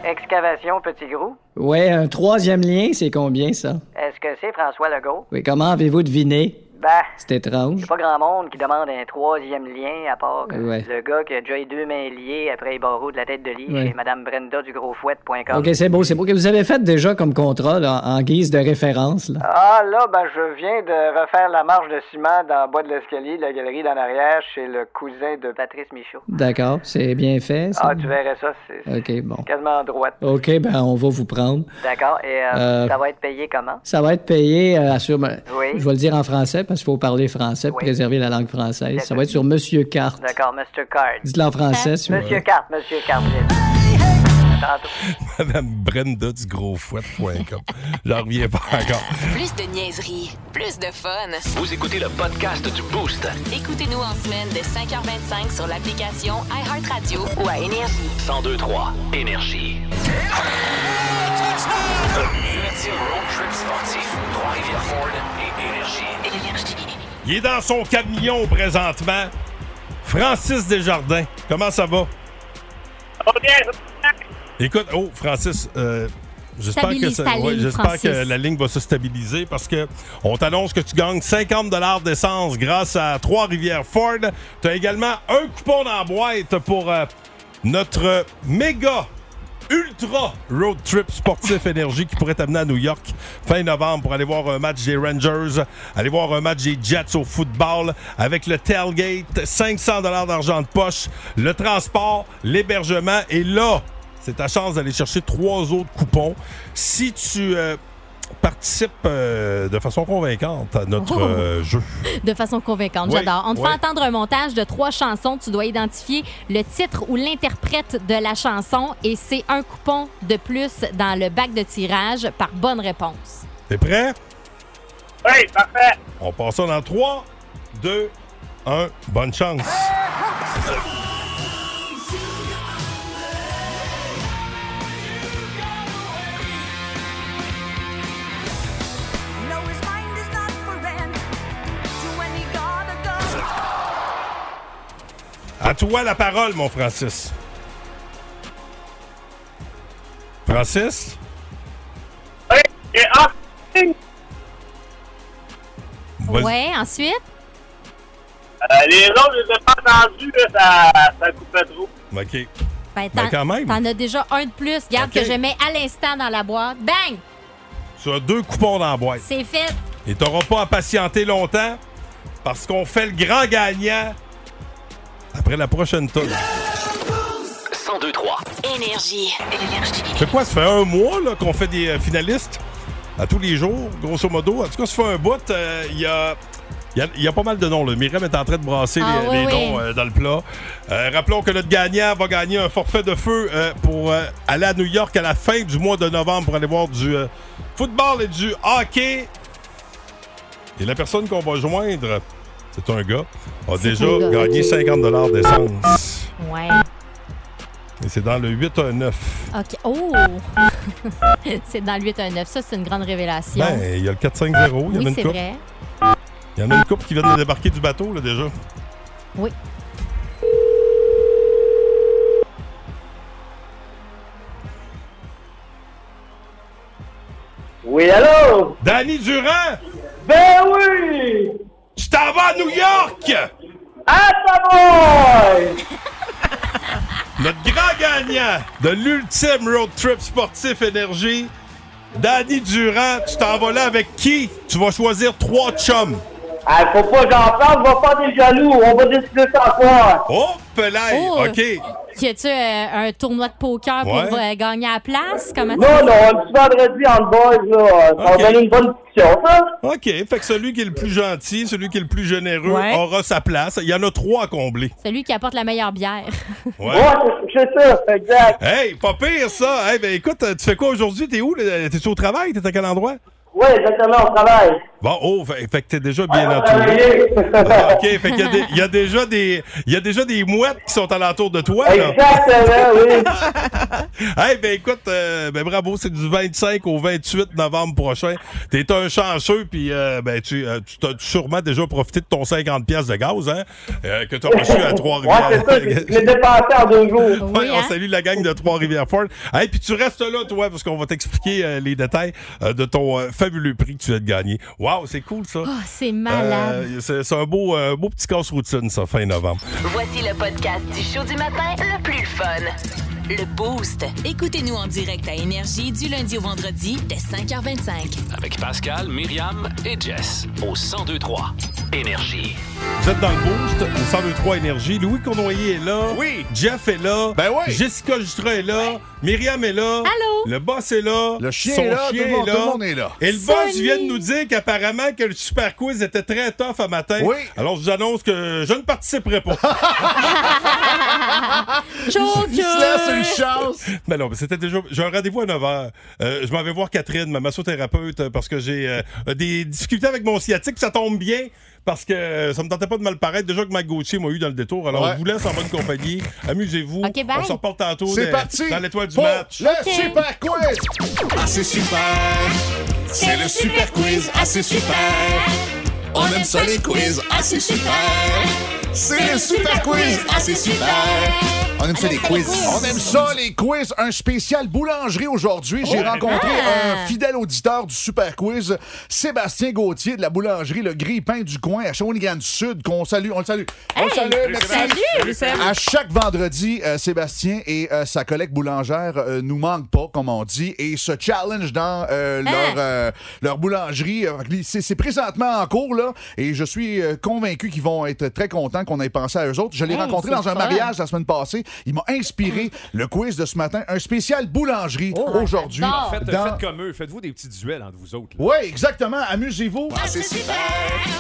D: Excavation Petit Groupe.
E: Ouais, un troisième lien, c'est combien ça?
D: Est-ce que c'est François Legault?
E: Oui, comment avez-vous deviné?
D: Ben,
E: C'est étrange.
D: c'est pas grand monde qui demande un troisième lien à part que
E: Ouais.
D: le gars qui a déjà eu deux mains liées après les barreaux de la tête de lit
E: Ouais.
D: chez Madame Brenda du Gros
E: OK, c'est beau, c'est beau. Que vous avez fait déjà comme contrat, là, en guise de référence, là.
D: Ah là, ben je viens de refaire la marche de ciment dans le bas de l'escalier de la galerie d'en arrière chez le cousin de Patrice Michaud.
E: D'accord, c'est bien fait, ça.
D: Ah, tu verrais ça, c'est
E: OK, bon.
D: quasiment en droite.
E: OK, ben, on va vous prendre.
D: D'accord, et euh,
E: Euh,
D: ça va être payé comment?
E: Ça va être payé, euh, sur-
D: Oui.
E: Je vais le dire en français parce qu'il faut parler français pour préserver la langue française. Ça va être sur Monsieur Carte.
D: D'accord, Mr. Card.
E: Dites-le en français, si vous
D: Monsieur
E: voulez.
D: Card, Monsieur Card. Tantôt.
C: (laughs) Madame Brenda du gros fouet.com. J'en reviens pas encore.
H: Plus de niaiserie, plus de fun.
B: Vous écoutez le podcast du Boost.
H: Écoutez-nous en semaine de 5h25 sur l'application iHeartRadio ou à Énergie.
B: 1023 Énergie. L'ultime road trip sportif. Trois-Rivières Ford et Énergie.
C: Il est dans son camion présentement. Francis Desjardins, comment ça va? Écoute, oh, Francis, euh, j'espère que,
N: Stabilise
C: ça-
N: ta ligne,
C: j'espère
N: Francis.
C: que euh, la ligne va se stabiliser parce que on t'annonce que tu gagnes 50 d'essence grâce à Trois-Rivières Ford. Tu as également un coupon dans la boîte pour euh, notre méga ultra road trip sportif énergie qui pourrait t'amener à New York fin novembre pour aller voir un match des Rangers, aller voir un match des Jets au football avec le tailgate, 500 d'argent de poche, le transport, l'hébergement et là, c'est ta chance d'aller chercher trois autres coupons. Si tu euh, participes euh, de façon convaincante à notre
F: Oh.
C: euh, jeu.
F: De façon convaincante,
C: Oui,
F: j'adore. On te fait
C: oui.
F: entendre un montage de trois chansons. Tu dois identifier le titre ou l'interprète de la chanson et c'est un coupon de plus dans le bac de tirage par bonne réponse.
C: T'es prêt?
K: Oui, parfait.
C: On passe ça dans 3, 2, 1. Bonne chance. À toi la parole, mon Francis. Francis? Vas-y.
F: Ouais, ensuite?
K: Euh, les autres, je les ai pas entendus, là, ça, ça coupait trop.
C: OK.
F: Ben,
C: Ben,
F: t'en-
C: quand même.
F: T'en as déjà un de plus. Garde
C: Ok.
F: que je mets à l'instant dans la boîte. Bang!
C: Tu as deux coupons dans la boîte.
F: C'est fait.
C: Et t'auras pas à patienter longtemps parce qu'on fait le grand gagnant après la prochaine tour.
B: 1023
A: Énergie. Énergie.
C: C'est quoi, ça fait un mois là, qu'on fait des euh, finalistes à tous les jours, grosso modo. En tout cas, ça fait un bout. euh, Il y a. Il y a- il y, a pas mal de noms. Le Myriam est en train de brasser
F: Ah,
C: les,
F: oui,
C: les
F: oui.
C: noms euh, dans le plat. Euh, rappelons que notre gagnant va gagner un forfait de feu euh, pour euh, aller à New York à la fin du mois de novembre pour aller voir du euh, football et du hockey. Et la personne qu'on va joindre, c'est un gars, a déjà
F: un gars.
C: gagné 50 d'essence.
F: Ouais.
C: Et c'est dans le 819.
F: OK. Oh! (laughs) c'est dans le 819. Ça, c'est une grande révélation.
C: Ben, il y a le 450, il y en a
F: oui,
C: une
F: c'est
C: coupe.
F: vrai.
C: Il y en a une couple qui vient de débarquer du bateau, là, déjà.
F: Oui.
K: Oui, allô?
C: Danny Durand?
K: Ben oui!
C: Je t'en vais à New York!
K: Ah, ça boy!
C: Notre grand gagnant de l'ultime road trip sportif énergie, Danny Durand, tu t'en vas là avec qui? Tu vas choisir trois chums.
K: Ah, faut pas, j'en parle, on va pas des jaloux, on va décider ça soir.
C: Oh, Pelay!
K: Oh.
C: OK.
F: Y a-tu euh, un tournoi de poker pour
J: Ouais.
F: euh, gagner à la place? Comment
J: Non,
F: ça-
J: non, un petit vendredi en boys, là. Ça va
C: Ok.
J: donner une bonne discussion, hein? ça.
C: OK, fait que celui qui est le plus gentil, celui qui est le plus généreux
F: Ouais.
C: aura sa place. Il y en a trois à combler.
F: Celui qui apporte la meilleure bière.
C: Ouais.
J: (laughs) c'est ça, exact.
C: Hey, pas pire ça. Hey, ben écoute, euh, tu fais quoi aujourd'hui? T'es où? là? T'es-tu au travail? T'es à quel endroit?
J: Oui, exactement, on travaille.
C: Bon, oh, fait, fait que t'es déjà bien entouré.
J: travailler.
C: Ah, OK, fait qu'il y a des- il y, a déjà des il y a déjà des mouettes qui sont alentour de toi. là.
J: Exactement,
C: (laughs) Hey, ben écoute, euh, ben bravo, c'est du 25 au 28 novembre prochain. T'es un chanceux, puis euh, ben tu, euh, tu t'as sûrement déjà profité de ton 50 pièces de gaz, hein, euh, que t'as reçu
J: (laughs)
C: à Trois-Rivières.
J: Ouais, c'est ça, je- je l'ai dépensé en deux jours.
C: Ouais,
J: Oui,
C: on
J: hein?
C: salue la gang de Trois-Rivières Fort. Hey, puis tu restes là, toi, parce qu'on va t'expliquer euh, les détails euh, de ton euh, fabuleux prix que tu as de gagner. Wow, c'est cool, ça.
H: Ah,
F: Oh, c'est malade.
C: Euh, c'est, c'est un beau, euh, beau petit casse-routine, ça, fin novembre.
H: Voici le podcast du show du matin le plus fun. Le Boost. Écoutez-nous en direct à Énergie du lundi au vendredi dès 5h25.
B: Avec Pascal, Myriam et Jess au 1023 Énergie.
C: Vous êtes dans le boost, au 1023 Énergie. Louis Cournoyer est là. Oui. Jeff est là. Ben oui. Jessica Jutra est là. Myriam est là.
F: Allô.
C: Le boss est là.
N: Le chien
C: Son
N: est là.
C: chien
N: Tout le monde- tout le monde est là.
C: Et le boss
N: Sonny.
C: vient de nous dire qu'apparemment que le super quiz était très tough à matin.
N: Oui.
C: Alors je vous annonce que je ne participerai
N: (laughs)
C: pas.
F: Choker!
N: Il se laisse une chance.
C: Mais non, mais c'était déjà. J'ai un rendez-vous à 9h. je m'en vais voir Catherine, ma massothérapeute, euh, parce que j'ai euh, des difficultés avec mon sciatique. Ça tombe bien, parce que euh, ça me tentait pas de mal paraître. Déjà que Mike Gauthier m'a eu dans le détour. Alors,
N: Ouais.
C: je vous laisse en bonne compagnie. Amusez-vous.
N: Ok, bye.
C: On se reparle tantôt
N: C'est
C: dans-
N: parti
C: dans l'étoile du
N: pour
C: match.
N: le Ok. super quiz. Ah, c'est super. C'est le super quiz. Ah, c'est super. On aime ça les quiz. Ah, c'est super. C'est le super quiz. Ah, c'est super. On aime ça les quiz. On aime ça les quiz. Un spécial boulangerie aujourd'hui. J'ai
O: Ouais.
N: rencontré
O: Ah.
N: un fidèle auditeur du super quiz, Sébastien Gauthier de la boulangerie Le Grille-Pain du coin à Shawinigan-Sud, qu'on salue. On le salue. On le
O: Hey,
N: salue.
O: salut,
N: merci.
O: Sébastien. Salut, Seb.
N: À chaque vendredi, euh, Sébastien et euh, sa collègue boulangère euh, nous manquent pas, comme on dit, et se challenge dans euh,
L: Hein?
N: leur, euh, leur boulangerie. Euh, C'est c'est présentement en cours, là, et je suis euh, convaincu qu'ils vont être très contents qu'on ait pensé à eux autres. Je l'ai
O: Hey,
L: Hein,
N: rencontré
O: c'est
N: dans un
O: fun.
N: mariage la semaine passée. Il m'a inspiré
L: Ah.
N: le quiz de ce matin, un spécial boulangerie aujourd'hui.
L: Oh, En fait,
N: dans-
L: faites comme eux. Faites-vous des petits duels entre vous autres. là.
N: oui, exactement. Amusez-vous. Ah, c'est super.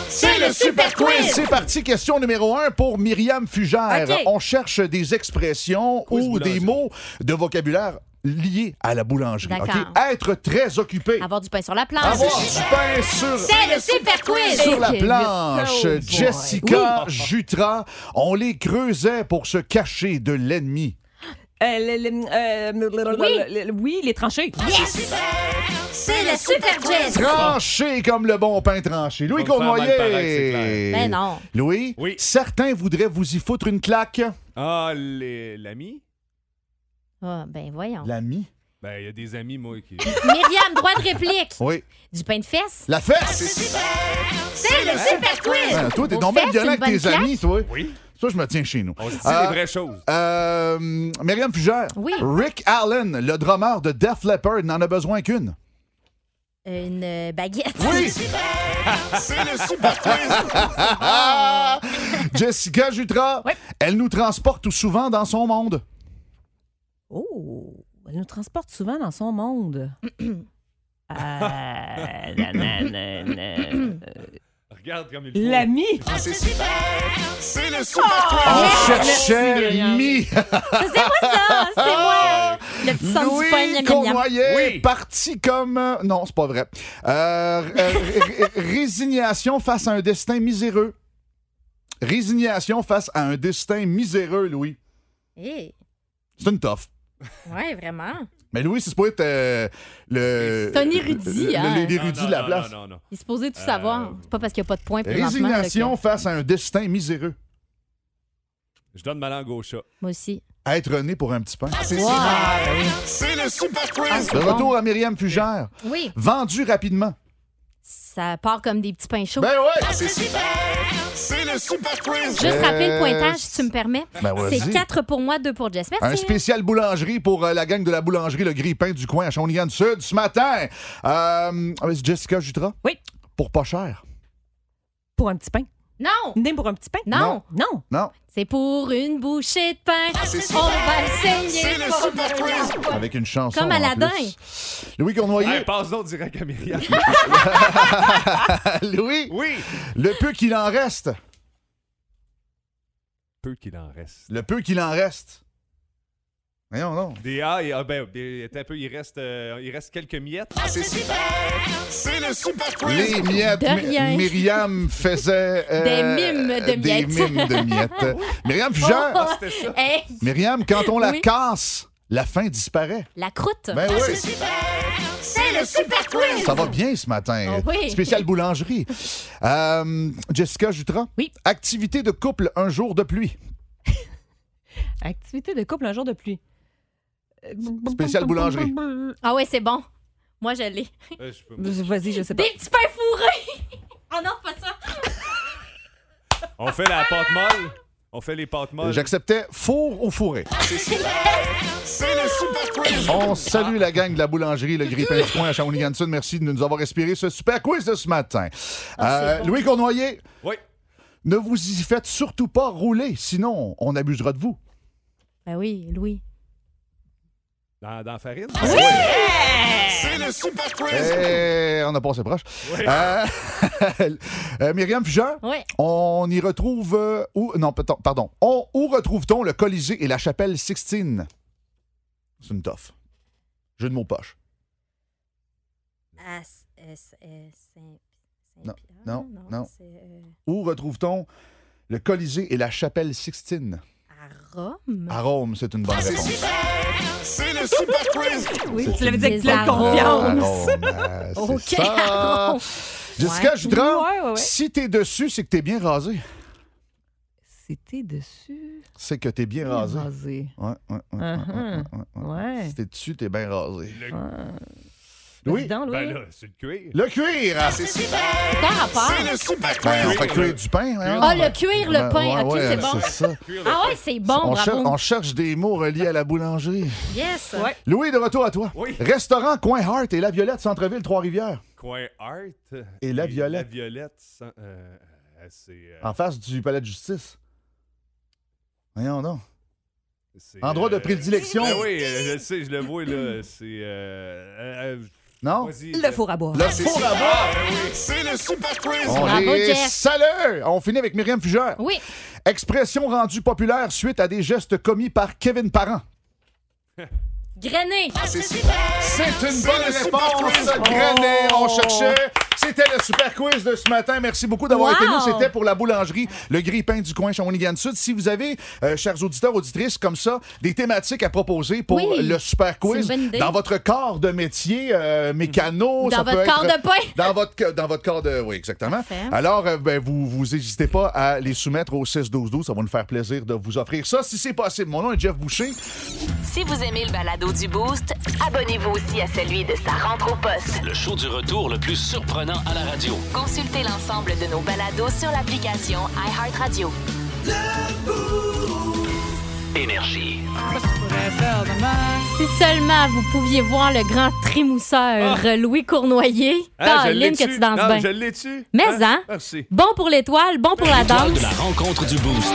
N: C'est le super quiz. C'est parti. Question numéro un pour Myriam Fugère.
O: Ok.
N: On cherche des expressions
O: Quiz
N: ou
O: boulangerie.
N: des mots de vocabulaire liés à la boulangerie.
F: D'accord.
N: ok? Être très occupé.
F: Avoir du pain sur la planche.
N: Avoir du pain sur...
F: C'est le super quiz!
N: Sur la
F: Ok,
N: planche,
F: let's go.
N: Jessica
F: Oui.
N: Jutra, on les creusait pour se cacher de l'ennemi.
Q: Euh, le- le- euh, le- le- oui, les tranchées. C'est le super quiz.
N: Tranché comme le bon pain tranché. Louis
L: Ça va me faire mal paraître, c'est
N: Cournoyer.
L: clair. Ben non.
N: Louis, certains voudraient vous y foutre une claque.
L: Ah, les- l'ami?
F: Ah, ben voyons.
N: L'ami.
L: Ben, il y a des amis, moi, qui.
F: Myriam, droit de réplique.
N: Oui.
F: Du pain de fesse.
N: La fesse.
F: C'est le super quiz!
N: Ben, toi, t'es
F: Aux
N: donc bien
F: fesses,
N: violent
F: une
N: avec
F: bonne
N: tes
F: claque.
N: amis, toi. Oui. Toi, je me tiens chez nous. On
L: se dit les vraies choses.
N: Euh, Myriam Fugère. Rick Allen, le drummer de Def Leppard, n'en a
F: (laughs)
N: besoin qu'une.
F: Une euh, baguette. (laughs)
N: Oui. Ah,
O: C'est le
N: super Jessica Jutra. Elle nous transporte souvent dans son monde.
Q: Oh, elle nous transporte souvent dans
F: (clears throat)
Q: son monde. Euh, (coughs) na, na, na, na, euh,
L: Regarde comme il Ah,
Q: L'ami.
F: Ah,
O: c'est super. C'est le
Q: Ah, super
O: quiz.
N: On
O: Merci,
N: cherchait
O: Myriam.
N: l'ami.
O: C'est moi ça, c'est
N: (laughs)
O: moi.
F: Le petit sang du pain,
N: Louis
F: miam, miam, miam.
N: Cournoyer, parti comme... euh, Non, c'est pas vrai. Euh, euh, ré- résignation face à un destin miséreux. Résignation face à un destin miséreux, Louis.
F: (laughs) Eh,
N: C'est une toffe.
F: ouais, vraiment.
N: Mais Louis, c'est pas être euh, le...
F: C'est un érudit,
N: le- le-
F: hein.
N: L'érudit de la place.
F: Il est supposé tout savoir. C'est pas parce qu'il n'y a pas de points présentement.
N: Euh, Résignation
F: là, que-
N: face à un destin miséreux.
L: Je donne ma langue au chat.
F: Moi aussi.
N: Être né pour un petit pain.
F: Ah, c'est Wow.
N: Ah,
F: super.
O: C'est le super
N: ben
F: Ah,
N: Le retour à Myriam Fugère.
F: Oui.
N: Vendu rapidement.
F: Ça part comme des petits pains chauds.
N: Ben ouais!
F: Ah,
O: C'est super. C'est le super quiz.
F: Juste rappeler le pointage,
N: Euh,
F: si tu me permets.
N: ben, vas-y.
F: c'est 4 pour moi, 2 pour Jess.
N: Un
F: Merci. hein.
N: spécial boulangerie pour euh, la gang de la boulangerie Le Grille-Pain du coin à Shawinigan-Sud ce matin. Euh, Jessica Jutra?
Q: Oui.
N: Pour pas cher.
Q: Pour un petit pain.
F: Non!
Q: Venez pour un petit pain?
F: Non!
Q: Non!
N: Non.
F: C'est pour une bouchée de pain.
N: super.
F: On va le saigner.
N: C'est le super quiz! Avec une chanson.
F: Comme Aladdin.
N: en plus. Louis Cournoyer.
L: Hey, passe donc direct à Myriam.
N: (laughs) Louis. Le peu qu'il en reste.
L: Peu qu'il en reste.
N: Le peu qu'il en reste. Voyons, non.
L: Des A, et, ah ben, des- attends un peu, il reste, euh, il reste quelques miettes.
N: Ah, c'est super!
L: C'est le super
N: Les miettes.
F: De
N: My-
F: rien.
N: Myriam faisait. euh,
F: Des mimes de miettes.
N: Des mimes de
F: (laughs)
N: miettes. Myriam Fugère.
F: Oh, hey,
N: Myriam, quand on la
F: Oui.
N: casse, la fin disparaît.
F: la croûte.
N: Ben oui.
F: C'est super. C'est le super quiz.
N: Ça va bien ce matin.
F: Oh oui.
N: Spécial boulangerie. Euh, Jessica Jutras.
Q: Oui.
N: Activité de couple un jour de pluie.
Q: Activité de couple un jour de pluie.
N: Spécial boulangerie.
F: Ah ouais, c'est bon. Moi, je l'ai.
L: Euh,
Q: Vas-y, je sais pas.
F: Des petits pains fourrés. (laughs) oh non, pas ça.
L: On fait la pâte molle. On fait les pâtes molles.
N: J'acceptais four au fourré.
O: C'est le super quiz.
N: On salue la gang de la boulangerie, le grippin du coin à Shawinigan-Sud. Merci de nous avoir inspiré ce super quiz de ce matin.
F: Ah,
N: Euh, Louis Cournoyer.
L: Oui.
N: Ne vous y faites surtout pas rouler, sinon on abusera de vous.
F: Ben oui, Louis.
L: Dans, dans la farine.
O: C'est le super quiz.
N: Eh, on a passé proche.
O: Oui.
N: Euh, (laughs) euh, Myriam Fugère,
F: Oui.
N: on y retrouve euh, où Non, pardon, pardon. On, où retrouve-t-on le Colisée et la chapelle Sixtine C'est une toffe. Jeu de mots poche.
F: Ah, s- euh, s- euh, Saint-
N: Non, non,
Q: hein?
N: non.
F: c'est, euh,
N: Où retrouve-t-on le Colisée et la chapelle Sixtine
Q: Hmm.
F: Rome.
N: À Rome, c'est une bonne réponse.
O: C'est le super quiz.
Q: Oui,
N: C'est
Q: tu l'avais dit avec
N: une
Q: pleine
N: bonne
Q: (laughs) confiance.
N: réponse. Ah, c'est
Q: Ok,
N: ça.
Q: Aaron.
N: Jessica
Q: Ouais.
N: Jutras,
Q: Oui, ouais, ouais, ouais.
N: si t'es dessus, c'est que t'es bien rasé.
Q: C'était dessus.
N: C'est que t'es bien rasé.
Q: rasé.
N: Ouais, ouais, ouais, ouais,
Q: Uh-huh.
N: ouais, ouais, ouais.
Q: Ouais. Ah.
N: Si t'es dessus, t'es bien rasé.
Q: Vas-y
N: Louis?
Q: donc, Louis.
L: Ben là, c'est le cuir.
N: Le cuir! ah,
O: C'est
N: c'est-
O: super.
F: Quoi rapport?
O: C'est le super
N: Ben, on
O: quiz.
N: fait cuire du pain. hein?
F: Ah, le cuir, le
N: Ben,
F: pain.
N: ouais,
F: OK,
N: ouais,
F: c'est bon.
N: ça.
F: Ah ouais, c'est bon,
N: on, cher-
F: bravo.
N: on cherche des mots reliés à la boulangerie. Euh,
F: Yes.
N: Louis, de retour à toi.
L: Oui.
N: Restaurant Coin Heart et La Violette, Centre-Ville, Trois-Rivières.
L: Coin Art.
N: Et la violette.
L: La violette, sans- euh, euh, c'est. euh,
N: En face du palais de justice. Voyons donc.
L: c'est,
N: Endroit de
L: euh,
N: prédilection.
L: Ben oui, euh, je le sais, je le vois, là. C'est. euh, euh, euh,
N: Non?
L: vas-y,
Q: Le
L: euh, Ben
Q: four à bois.
N: Le four à bois.
O: Eh C'est le super quiz.
N: On
F: Bravo,
N: les
F: Jeff.
N: salue! On finit avec Myriam Fugère.
F: Oui.
N: Expression rendue populaire suite à des gestes commis par Kevin Parent.
F: Grené.
N: Ah, C'est une bonne
O: le super
N: réponse,
O: quiz.
N: Grenet. On cherchait. C'était le super quiz de ce matin. Merci beaucoup d'avoir
F: Wow.
N: été nous. C'était pour la boulangerie, le grille-pain du coin Shawinigan Sud. Si vous avez, euh, chers auditeurs, auditrices, comme ça, des thématiques à proposer pour
F: Oui.
N: le super quiz,
F: C'est une bonne idée.
N: dans votre corps de métier, euh, mécano,
F: Dans
N: ça
F: votre
N: peut
F: corps
N: être-
F: de pain.
N: (laughs) Dans votre, co- dans votre corps de. Oui, exactement.
F: Parfait.
N: Alors, euh, ben, vous vous n'hésitez pas à les soumettre au 6-12-12. Ça va nous faire plaisir de vous offrir ça si c'est possible. Mon nom est Jeff Boucher.
H: Si vous aimez le balado du Boost, abonnez-vous aussi à celui de sa rentre au poste.
B: Le show du retour le plus surprenant à la radio.
H: Consultez l'ensemble de nos balados sur l'application iHeartRadio.
B: Énergie.
F: Ah, Si seulement vous pouviez voir le grand trémousseur Louis Cournoyer.
L: ah, je l'ai
F: Caroline, que
L: tu.
F: tu danses
L: Non,
F: bien.
L: Je l'ai tu.
F: Mais,
L: Hein?
F: hein?
L: Merci.
F: Bon pour l'étoile, bon pour la
B: Étoile
F: danse.
B: de la rencontre du Boost.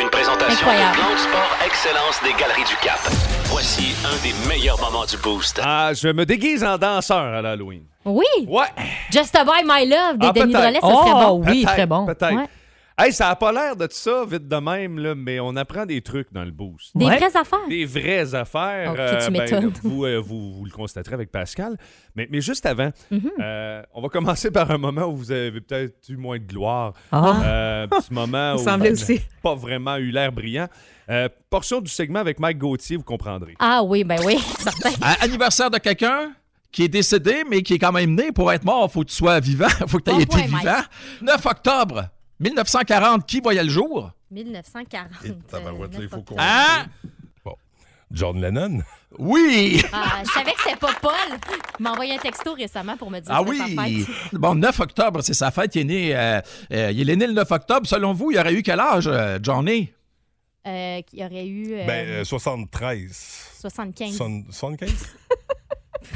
B: Une présentation
F: Incroyable.
B: du plan de sport excellence des Galeries du Cap. Voici un des meilleurs moments du Boost.
L: Ah, je me déguise en danseur à l'Halloween.
F: Oui.
L: Ouais.
F: Just a Boy My Love des
L: Ah,
F: Denis
L: peut-être.
F: Drolet, ça serait
Q: Oh,
F: bon.
Q: oui,
L: Peut-être,
Q: très bon.
L: Peut-être.
F: Ouais.
L: Hey, ça a pas l'air de tout ça vite de même, là, mais on apprend des trucs dans le boost.
F: Des
Q: Ouais.
F: vraies affaires.
L: Des vraies affaires.
F: Ok, tu
L: ben,
F: m'étonnes.
L: (laughs) vous, euh, vous, vous le constaterez avec Pascal. Mais, mais juste avant,
F: Mhm.
L: euh, on va commencer par un moment où vous avez peut-être eu moins de gloire.
Q: Ah.
L: Euh, un petit moment
F: (laughs)
Q: Il
L: où
Q: semblait
L: vous
Q: aussi.
L: n'avez (laughs) pas vraiment eu l'air brillant. Euh, portion du segment avec Mike Gauthier, vous comprendrez.
F: Ah oui, ben
L: (laughs)
F: oui, certain.
M: À- anniversaire de quelqu'un qui est décédé, mais qui est quand même né pour être mort, faut que tu sois vivant, (laughs) faut que tu aies
F: Bon
M: été
F: point, Ah Mike.
M: vivant. 9 octobre 1940, qui voyait le jour?
F: 1940. (laughs)
C: tabarouette, là, il faut qu'on-
M: Hein?
C: John Lennon.
M: Oui!
F: Ah, je savais que c'était pas Paul. Il m'a envoyé un texto récemment pour me dire
M: Ah
F: que c'était sa
M: oui!
F: fête. (laughs)
M: Bon, 9 octobre, c'est sa fête. Il est, né, euh, euh, il est né le 9 octobre. Selon vous, il aurait eu quel âge, euh, Johnny?
F: Euh, qu'il y aurait eu euh,
C: Ben, euh, 73.
F: 75. (laughs)
C: Soixante- 75?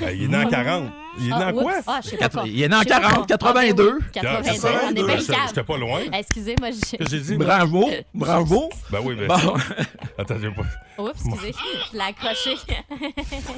C: Euh, il est né en 40. Il est né
F: Ah,
C: en
F: oups.
C: quoi?
F: Ah, je sais pas.
M: Il est né en
F: Je sais pas.
M: 40,
F: Ah, ben oui,
M: 82.
F: 82, on est
C: 82,
F: bien
C: j'étais-
F: câble.
C: j'étais
F: (laughs)
C: pas loin.
F: Excusez-moi, j'ai...
C: Que j'ai
F: (laughs)
C: dit?
M: Bravo, bravo.
C: Ben oui, ben.
M: Bon.
C: Attends, j'ai pas.
F: Oups, excusez, je l'ai accroché.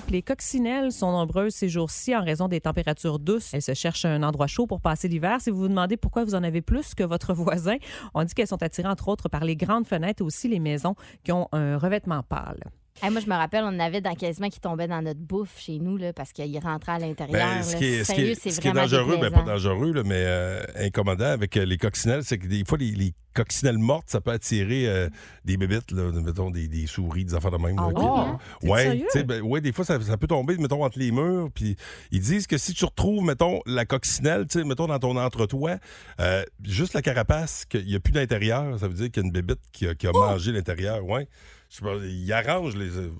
Q: Les coccinelles sont nombreuses ces jours-ci en raison des températures douces. Elles se cherchent un endroit chaud pour passer l'hiver. Si vous vous demandez pourquoi vous en avez plus que votre (laughs) voisin, on dit qu'elles sont attirées entre autres par les grandes fenêtres et aussi les maisons qui ont un revêtement pâle.
F: Hey, moi, je me rappelle, on en avait dans quasiment qui tombait dans notre bouffe chez nous là, parce qu'il rentrait à l'intérieur.
C: Ben, ce
F: là.
C: qui est, ce qui
F: Sérieux,
C: est-
F: c'est
C: ce qui est
F: vraiment
C: dangereux, ben, pas
F: déplaisant.
C: dangereux, là, mais euh, incommodant avec euh, les coccinelles, c'est que des fois, les, les coccinelles mortes, ça peut attirer euh, des bébites, là, mettons, des, des souris, des affaires de même.
Q: Ah
C: là,
Q: oui, hein?
C: qui-
Q: T'es
C: ouais,
Q: sérieux?
C: tu sais, ben, ouais, des fois, ça, ça peut tomber, mettons, entre les murs. Puis ils disent que si tu retrouves, mettons, la coccinelle, tu sais, mettons, dans ton entretoit, euh, juste la carapace, qu'il n'y a plus d'intérieur, ça veut dire qu'il y a une bébite qui a, qui a mangé l'intérieur. Ouais. Je sais pas, ils arrangent les. euh,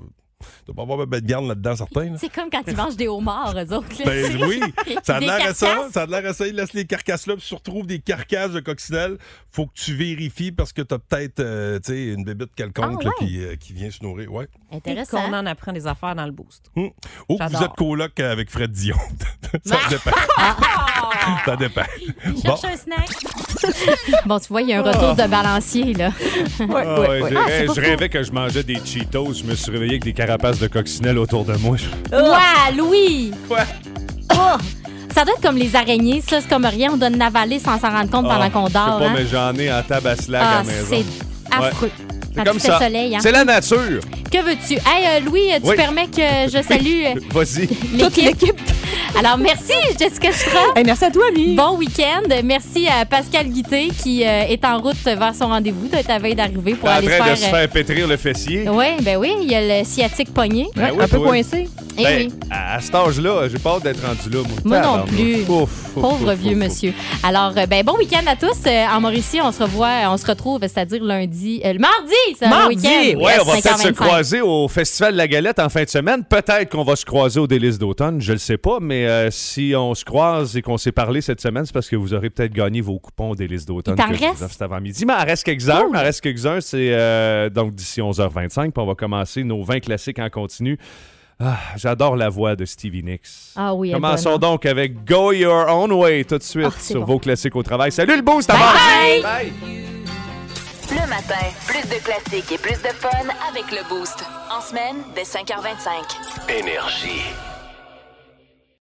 C: T'as pas avoir ben de garde là-dedans, certains. là.
F: C'est comme quand ils mangent des homards, eux autres. là. (laughs)
C: Ben oui, ça a
F: Des
C: l'air à ça,
F: carcasses.
C: ça a l'air à ça. Ils laissent les carcasses là, puis tu retrouves des carcasses de coccinelles. Faut que tu vérifies parce que t'as peut-être euh, tu sais, une bébite quelconque
Q: Ah
C: là,
Q: ouais.
C: qui, euh, qui vient se nourrir. Ouais.
Q: Intéressant. qu'on en apprend des affaires dans le boost.
C: Hum. Ou que vous
Q: J'adore.
C: êtes coloc avec Fred Dion. (laughs) ça dépend. ça dépend. Bon. Oh.
F: Cherche un snack. bon, tu vois, il y a un retour de balancier, (laughs) là.
L: Ah ouais, j'ai-
F: Ah,
L: hey,
F: c'est pas
L: je
F: faux.
L: rêvais que je mangeais des Cheetos. Je me suis réveillé avec des carapaces de coccinelles autour de moi.
F: Ouais, Louis! Oh! Ça doit être comme les araignées, ça. C'est comme rien, on donne une avalée sans s'en rendre compte pendant
L: Ah,
F: qu'on dort.
L: Je sais pas,
F: hein.
L: mais j'en ai en tabac slack à
F: Ah,
L: la maison.
F: c'est affreux. Quand
L: C'est comme
F: il fait
L: ça.
F: soleil, hein.
L: C'est la nature.
F: Que veux-tu? Hey, euh, Louis, euh, tu
L: (laughs) Oui.
F: permets que je salue euh, (laughs)
L: Vas-y.
F: Toute l'équipe. Alors, merci, Jessica Chitra.
Q: merci à toi, Ami.
F: Bon week-end. Merci à Pascal Guité qui euh, est en route vers son rendez-vous. Doit être à veille d'arriver pour
L: T'es en
F: aller
L: train de se
F: faire. euh,
L: faire pétrir le fessier.
F: Oui, ben oui, il y a le sciatique pogné.
L: Ben oui, toi.
F: Eh
L: Ben,
F: oui.
L: À à cet âge-là, j'ai peur d'être rendu là.
F: Moi non
L: Tabarnouche.
F: plus.
L: Ouf, ouf, (laughs)
F: Pauvre
L: ouf,
F: vieux
L: ouf, ouf.
F: monsieur. Alors, euh, ben, bon week-end à tous. Euh, en Mauricie, on se revoit, euh, on se retrouve, c'est-à-dire lundi, euh, le mardi, c'est un
Q: Mardi!
F: week-end.
L: Ouais,
F: Yes,
L: on va peut-être se
F: 5h25.
L: croiser au Festival de la Galette en fin de semaine. Peut-être qu'on va se croiser au Délice d'automne, je le sais pas, mais euh, si on se croise et qu'on s'est parlé cette semaine, c'est parce que vous aurez peut-être gagné vos coupons au Délice d'automne.
F: Il t'en
L: que je vous
F: reste?
L: offre cet avant-midi. Mais il en reste quelques-uns. Il en reste quelques-uns, c'est euh, donc d'ici 11h25. Puis on va commencer nos 20 classiques en continu. Ah, J'adore la voix de Stevie Nicks.
F: Ah oui, elle est
L: Commençons
F: bonne, hein.
L: donc avec Go Your Own Way tout de suite
F: Ah, c'est
L: sur
F: bon.
L: vos classiques au travail. Salut le boost, à mardi!
H: Le matin, plus de classiques et plus de fun avec le Boost. En semaine, dès 5h25.
B: Énergie.